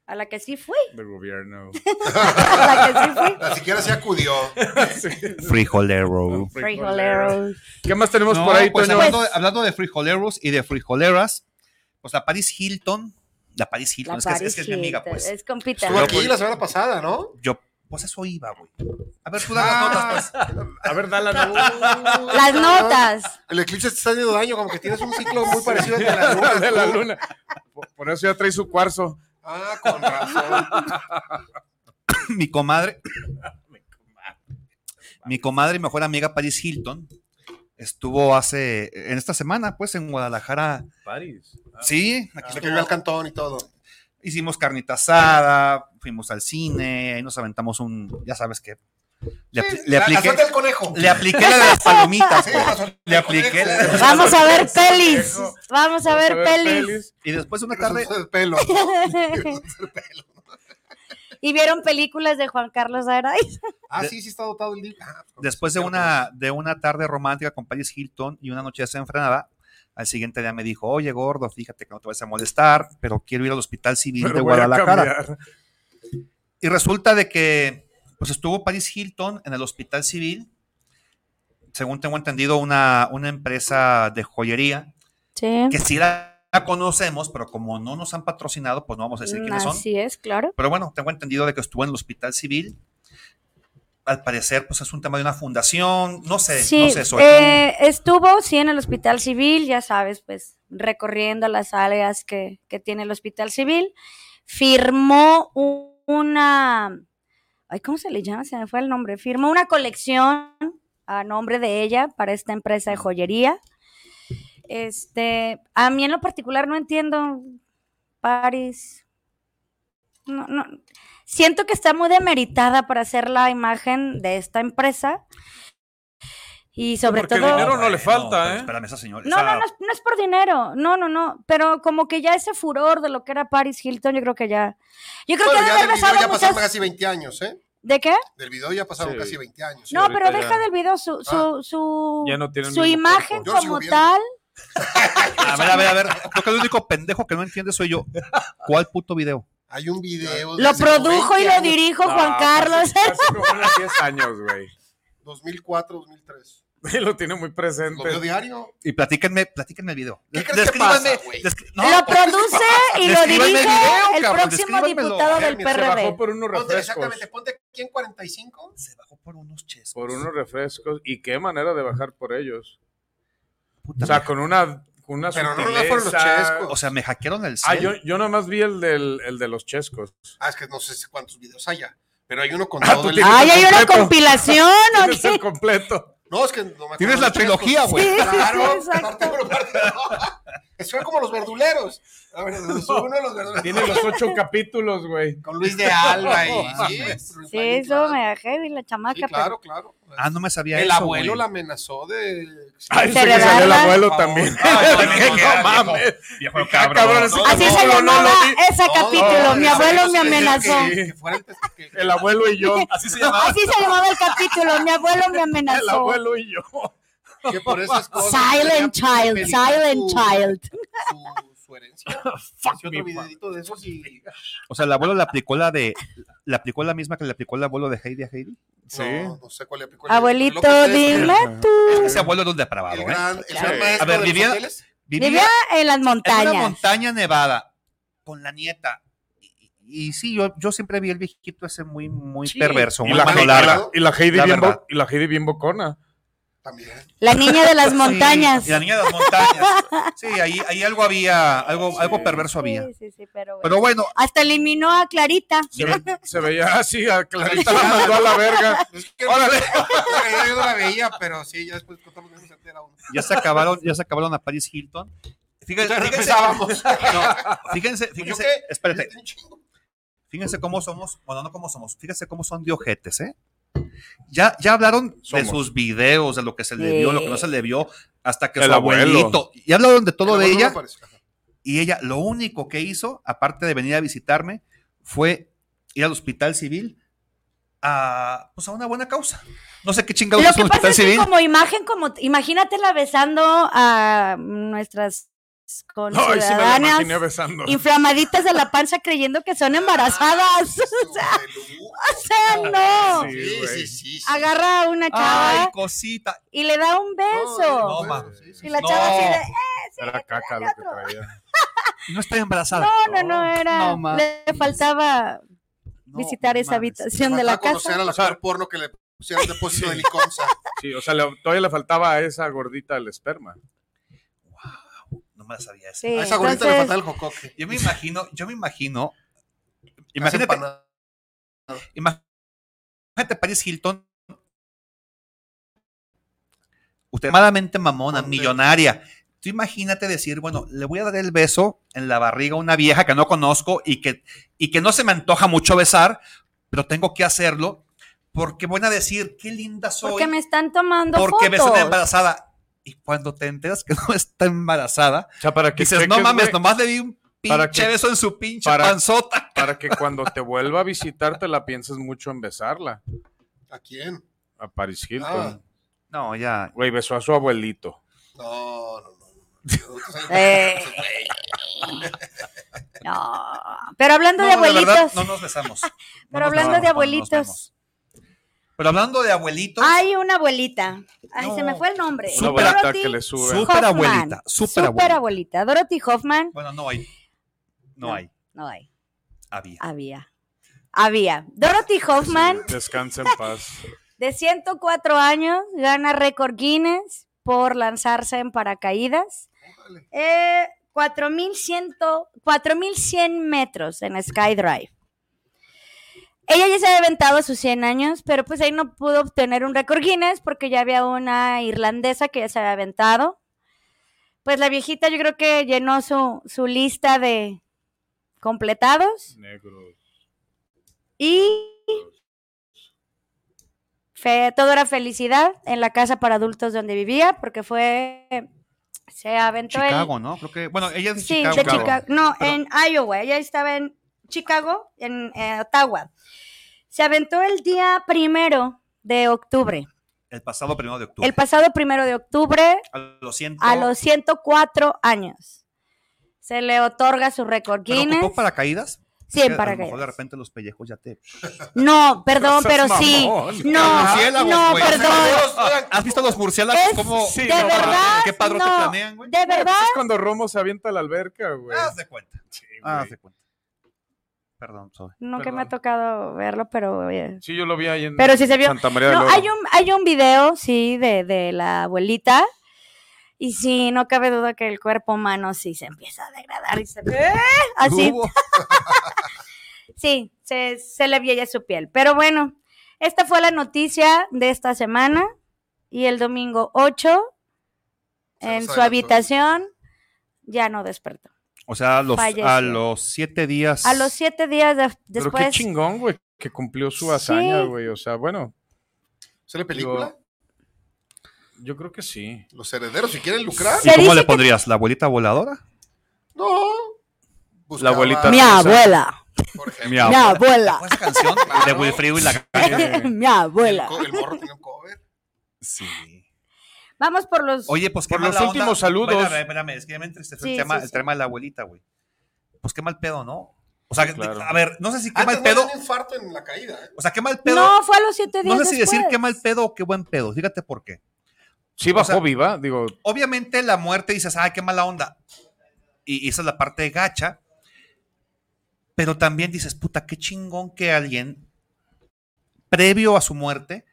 a la que sí fui.
de gobierno.
A la que sí fui.
Ni siquiera se acudió.
[laughs] Frijolero.
[laughs] Frijoleros.
¿Qué más tenemos
No,
por ahí,
pues,
Toño?
hablando, de, hablando de frijoleros y de frijoleras, pues la Paris Hilton. La Paris Hilton,
La
es, que, es- es que es mi
parejita,
amiga, pues.
es compita.
Estuvo aquí la semana pasada, ¿no?
Yo, pues eso iba, güey. A ver, tú da las notas, pues.
A ver, dale la nota.
Las notas.
El eclipse te está haciendo daño, como que tienes un ciclo muy parecido al de la luna.
[laughs] de la
tú.
luna. Por- Por eso ya trae su cuarzo.
Ah, con razón.
pues. mi comadre, mi comadre y mejor amiga Paris Hilton estuvo hace, en esta semana, pues en Guadalajara.
París.
Sí, aquí estuvo.
Se Ah, cayó al cantón y todo.
hicimos carnita asada, fuimos al cine, ahí nos aventamos un, ya sabes qué. Le, apli- le
La- la
apliqué,
suerte del conejo.
le apliqué la de las palomitas,
[laughs]
pues.
Sí,
güey.
la suerte
Le
del
apliqué [laughs]
conejo.
la-
Vamos a ver pelis. Vamos a ver pelis.
pelis.
Y después una
Resulta
tarde, [laughs]
del pelo.
[laughs] y vieron películas de Juan Carlos Araiz.
Ah, sí, sí está dotado el libro. Ah,
después de una, de una tarde romántica con Paris Hilton y una noche desenfrenada, al siguiente día me dijo, oye gordo, fíjate que no te vas a molestar, pero quiero ir al Hospital Civil
Pero
de
voy a
Guadalajara.
cambiar.
Y resulta de que pues estuvo Paris Hilton en el hospital civil, según tengo entendido, una, una empresa de joyería,
Sí.
que sí la, la conocemos, pero como no nos han patrocinado, pues no vamos a decir
Mm,
quiénes son.
Así es, claro.
Pero bueno, tengo entendido de que estuvo en el hospital civil. Al parecer, pues es un tema de una fundación, no sé,
Sí,
no sé, sobre
eh, estuvo, sí, en el hospital civil, ya sabes, pues recorriendo las áreas que, que tiene el hospital civil. Firmó u- una, ay, ¿cómo se le llama? Se me fue el nombre. Firmó una colección a nombre de ella para esta empresa de joyería. Este, a mí en lo particular no entiendo, Paris. No, no. Siento que está muy demeritada para hacer la imagen de esta empresa. Y sobre
porque el
todo.
dinero no le falta,
pero
¿eh?
Espérame, esa señora.
No,
esa-
no, no es, no es por dinero. No, no, no. Pero como que ya ese furor de lo que era Paris Hilton, yo creo que ya. Yo creo
Bueno,
que debe
ya del
haber
video
besado
ya pasaron
muchas-
casi 20 años, ¿eh?
¿De qué?
Del video ya pasaron
Sí.
casi 20 años. ¿eh?
no,
ahorita
pero deja
ya-
del video su, su, su,
Ya no tiene el
su
mismo
imagen
cuerpo. Ah, Yo lo sigo
como
viendo.
tal.
pues, A ver, a ver, a ver. Creo que el único pendejo que no entiende soy yo. ¿Cuál puto video?
Hay un video. de
Lo
hace
produjo
20
y lo
años,
dirijo
No, pues
Juan Carlos. ¿eh?
Casi, casi como unos 10 años, güey.
2004, 2003
Y Lo tiene muy
Lo
presente.
veo diario.
Y platíquenme, platíquenme el video.
¿Qué crees que
Descríbanme-
pasa, güey?
descri- no, pues,
lo
¿por qué?
produce y lo
Descríbanme el
dirige
video,
el
cabrón,
próximo
descríbanmelo.
diputado del
Se bajó
PRD.
por unos
Ponte,
refrescos.
exactamente, ponte aquí en 45.
Se bajó por unos chescos.
Por unos refrescos. Y qué manera de bajar por ellos.
Puta
O sea, con una, con una
Pero no, no
sutileza.
fueron los chescos.
madre. O sea, me hackearon el
Ah,
cel.
yo, yo nomás vi el, del, el de los chescos.
Ah, es que no sé si cuántos videos haya. Pero hay uno con
Ah, tú
todo el...
tienes-
Ay, hay una
completo.
compilación, ¿o
Tienes el
qué?
completo.
No, es que no me acuerdo
Tienes la
los chescos.
trilogía, güey.
Sí, sí, sí,
Claro,
exacto.
no tengo lugar de- Eso es como los verduleros. A ver, los- uno de los verduleros.
Tiene los
[laughs]
ocho capítulos, güey.
Con Luis de Alba y...
Sí,
Rafael
eso
Inclán.
me heavy la
Sí,
chamaca.
claro, claro.
Ah, no me sabía
El
eso,
abuelo
güey.
la amenazó de...
Ay,
Se
se
le
me salió el
da-
abuelo
Por favor.
también.
Ay, no, no,
Dije,
no,
no
viejo,
mames.
Viejo
[laughs] Ah, cabrón, ese
no,
Así
no,
se
capítulo no
llamaba
lo vi.
ese
No,
capítulo.
no,
Mi
no,
abuelo
no,
me
no,
amenazó.
que- que fuera el test- que-
El abuelo y yo.
Así se
Así se llamaba el capítulo. Mi abuelo me
El
amenazó.
abuelo y yo.
que por esas cosas
Silent
tenía que
Child,
pedir
Silent
su-
Child.
Su, su herencia. Hacía otro videito de esos y...
O sea, el abuelo la aplicó la de. La aplicó la misma que le aplicó el abuelo de Heidi a Heidi.
Sí.
No, no sé cuál le aplicó. el-
Abuelito,
lo que ustedes-
dile tú.
Ese abuelo era un
El
depravado, ¿eh?
gran, el gran
Sí.
maestro
A ver,
de los
Vivian-
hoteles.
Vivía en las
en una
montañas.
montaña nevada con la nieta. Y, y sí, yo, yo siempre vi el viejito ese muy, muy
Sí.
perverso,
Y
muy
la,
mano
Heidi-
larga.
la- y la Heidi
La
bien bo-
verdad.
y la Heidi bien bocona.
También.
La niña de las montañas.
Sí, y la niña de las montañas. Sí, ahí, ahí algo había, algo, algo perverso había.
Sí, sí, sí, pero, bueno.
Pero bueno,
Hasta eliminó a Clarita.
Se, ve- se veía así, a Clarita la mandó a la verga.
Es que
Órale.
yo no la veía, pero sí, ya después contamos que se entera uno.
ya se acabaron, ya se acabaron a Paris Hilton. Fíjense,
Entonces
fíjense,
empezábamos.
no, fíjense,
Pues yo
fíjense,
qué,
espérate,
un chingo.
fíjense cómo somos, bueno, no cómo somos, fíjense cómo son diojetes, ¿eh? Ya, ya hablaron
Somos.
de sus videos, de lo que se le vio, lo que no se le vio, hasta que
El
su
abuelo.
abuelito, ya hablaron de todo
Pero
de
bueno,
ella,
no apareció.
y ella lo único que hizo, aparte de venir a visitarme, fue ir al hospital civil a, pues, a una buena causa. No sé qué chingados
Lo
es
que
un
pasa
hospital
es que
civil.
como imagen, como imagínatela besando a nuestras
Ay, sí me la
conciudadanas
imaginé besando.
inflamaditas de la panza creyendo que son embarazadas. [laughs] O sea,
De lujo.
o sea, no.
Ah, Sí,
Sí,
güey.
sí, sí. sí.
Agarra a una chava
Ay, cosita.
y le da un
No,
beso.
no,
Toma.
sí, sí.
y la
no.
chava así de, "Eh, sí,
Era caca lo que traía.
No estoy embarazada.
no, no, era.
No, ma.
le faltaba
No,
visitar esa
mames.
habitación
Le
de
faltaba
la
conocer
casa.
a la actor porno que le pusieron depósito de liconza.
Sí, o sea, le- todavía le faltaba a esa gordita el esperma.
No me la sabía esa.
Sí,
A esa gorrita le
entonces-
faltaba el jocoque.
Yo me imagino, yo me imagino.
Imagínate.
Imagínate, imag- imagínate Paris Hilton. Usted amadamente mamona,
Ponte.
millonaria. Tú imagínate decir, bueno, le voy a dar el beso en la barriga a una vieja que no conozco y que, y que no se me antoja mucho besar, pero tengo que hacerlo porque van a decir, qué linda soy
Porque me están tomando
porque besé una
fotos.
embarazada. Y cuando te enteras que no está embarazada,
O sea, para que
dices, no
cheques,
mames,
güey,
nomás le di un
Para
pinche
que-
beso en su pinche
para-
panzota.
para que cuando te vuelva a visitar te la pienses mucho en besarla.
¿A quién?
A Paris
Ah.
Hilton.
No, ya.
Güey, besó a su abuelito.
[laughs]
No, no, no. no.
Eh. No, Pero hablando de
No, la
abuelitos,
verdad, no nos besamos. No
[laughs] pero
nos besamos,
hablando de
no nos
abuelitos,
vemos. Pero hablando de abuelitos,
hay una abuelita. Ay, se me
No.
fue el nombre.
Una
abuelita
Dorothy
que le sube.
Hoffman.
Súper abuelita, súper
Súper
abuelita.
abuelita. Dorothy Hoffman.
bueno, no hay. No,
No.
hay.
No hay,
Había.
había. Había. Dorothy Hoffman,
Descansa en paz.
de 104 años, gana récord Guinness por lanzarse en paracaídas. Eh, 4100 4.100 metros en Skydrive. Ella ya se había aventado a sus 100 años, pero pues ahí no pudo obtener un récord Guinness porque ya había una irlandesa que ya se había aventado. Pues la viejita yo creo que llenó su, su lista de completados.
Negro.
Y fe- todo era felicidad en la casa para adultos donde vivía, porque fue, se aventó el-
Chicago, ¿no? Creo que, bueno, ella es de
sí,
Chicago.
de Chicago. No,
Pero-
en Iowa, ella estaba en Chicago, en eh, Ottawa. Se aventó el día primero de octubre,
El pasado primero de octubre.
el pasado primero de octubre,
a los 100.
a los 104 años. Se le otorga su récord
¿Pero
Guinness.
ocupó paracaídas?
Sí, en
Que A lo mejor de
paracaídas.
repente los pellejos ya te... [laughs]
No, perdón, pero sí.
mamón.
No,
Murciélagos,
no,
güey.
perdón.
¿Has visto los murciélagos?
Es-
¿Cómo?
sí, de verdad,
¿Qué padrón te
no.
planean, güey?
De
Pues
verdad,
Es cuando Romo se avienta a la alberca, güey.
Haz de cuenta. Haz de cuenta. Perdón, sorry.
nunca me
Perdón.
ha tocado verlo, pero eh,
Sí, yo lo vi ahí en
Pero sí se vio.
Santa María de
No,
Lora.
hay un, hay un video, sí, de, de la abuelita. Y sí, no cabe duda que el cuerpo humano sí se empieza a degradar y se ve así.
Hubo-
Sí, se, se le viella su piel. Pero bueno, esta fue la noticia de esta semana. Y el domingo 8,
Se
en
nos
su
adelantó.
habitación, ya no despertó.
O sea, a los, a
Falleció.
los siete días.
A los siete días de-
Pero
después.
qué chingón, güey, que cumplió su hazaña,
Sí.
güey. O sea, bueno,
¿Sale película?
yo creo que sí.
Los herederos, si quieren lucrar,
¿Y
Sí. Se
cómo
dice
le
que-
pondrías? ¿La abuelita voladora?
no. Buscaba-
abuelita.
mi
Rosa.
abuela,
Por ejemplo,
Mi
mi
abuela.
abuela,
[laughs] Esa canción de Wilfrido y [laughs] la
[laughs] mi abuela.
El, co- el morro tenía un cover.
Sí.
Vamos por los.
Oye, pues qué
Por los
mala
últimos
onda.
saludos.
Bueno, a ver, espérame, es que ya me entristeció el,
Sí,
tema,
sí,
el
sí.
tema de la abuelita, güey. Pues qué mal pedo, ¿no? O sea,
Claro.
a ver, no sé si qué
Antes
mal
Ah, no
pedo.
tenía infarto en la caída. ¿eh?
O sea, qué mal pedo.
no, fue a los siete días.
No sé si decir
después.
qué mal pedo o qué buen pedo. Fíjate por qué.
Sí,
O
bajó
sea-
viva, digo.
Obviamente la muerte dices, ay, qué mala onda. Y, y esa es la parte gacha. Pero también dices, puta, qué chingón que alguien, previo a su muerte,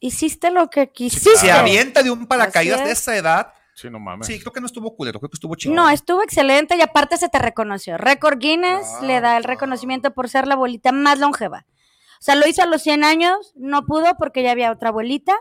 Hiciste lo que quisiste.
se avienta de un paracaídas
Así
de
es.
esa edad.
Sí, no mames.
Sí, creo que no estuvo culero, creo que estuvo chingón.
No, estuvo excelente y aparte se te reconoció. Récord Guinness
Claro,
le da el
claro.
reconocimiento por ser la abuelita más longeva. O sea, lo hizo a los 100 años, no pudo porque ya había otra abuelita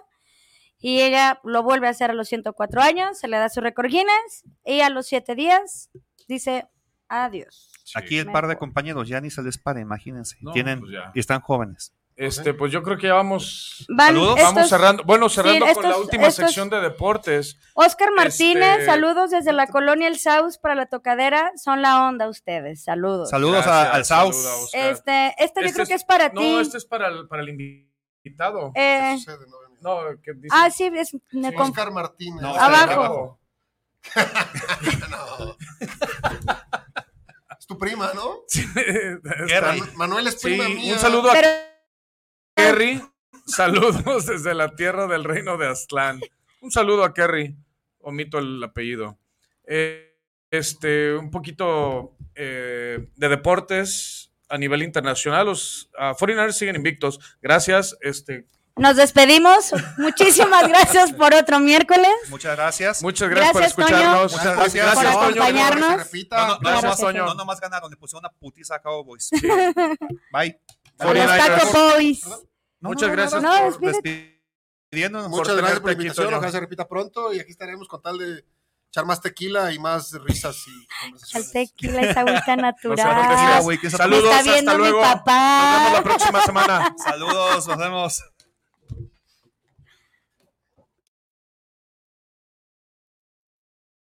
y ella lo vuelve a hacer a los 104 años, se le da su récord Guinness y a los 7 días dice adiós.
Aquí el
Me
par de
acuerdo.
compañeros ya ni se les para, imagínense.
No,
Tienen
pues ya.
y están jóvenes.
Este, pues yo creo que ya vamos.
Van
Saludos.
estos-
vamos cerrando. Bueno, cerrando con la
estos-
última
estos-
sección de deportes.
Oscar Martínez,
Este-
saludos desde la colonia El Saus para la tocadera. Son la onda ustedes, saludos.
Saludos a-
Gracias,
al Saus.
saluda, Oscar.
Este, este, yo
Este
creo
es-
que es para ti.
No, este es para el, para el invitado.
Eh,
Eso sucede, no venía.
no, que dice.
ah, sí, es, me
Sí.
conf-
Oscar Martínez.
No,
Está
abajo.
[laughs]
[laughs] Es tu prima, ¿no?
Está-
Man- Manuel es
Sí,
prima mía.
un saludo a
pero
Kerry. Saludos desde la tierra del reino de Aztlán. Un saludo a Kerry. Omito el apellido. Eh, este, un poquito eh, de deportes a nivel internacional. Los ah, 49ers siguen invictos. Gracias. Este,
nos despedimos.
[laughs]
Muchísimas gracias por otro miércoles.
Muchas gracias.
muchas gracias,
Gracias,
por
Toño.
escucharnos.
Muchas
Muchas
gracias.
gracias,
Por
Toño.
acompañarnos.
Que se
No,
repita.
no,
Gracias,
no más,
Toño.
no nomás ganaron, le pusieron una putiza a Cowboys.
[laughs]
Sí.
Bye.
Los Taco Boys.
No,
Muchas
no,
gracias
no,
No,
no,
despídete.
despidiéndonos. este
Muchas gracias por
tenerte aquí,
la invitación.
Toño.
Ojalá se repita pronto y aquí estaremos con tal de echar más tequila y más risas y
Al
conversaciones.
tequila,
[laughs]
esa agüita
Gracias,
natural.
güey.
Me
Saludos,
está
hasta
viendo mi
luego. Nos
papá.
vemos la próxima semana.
Saludos, nos vemos.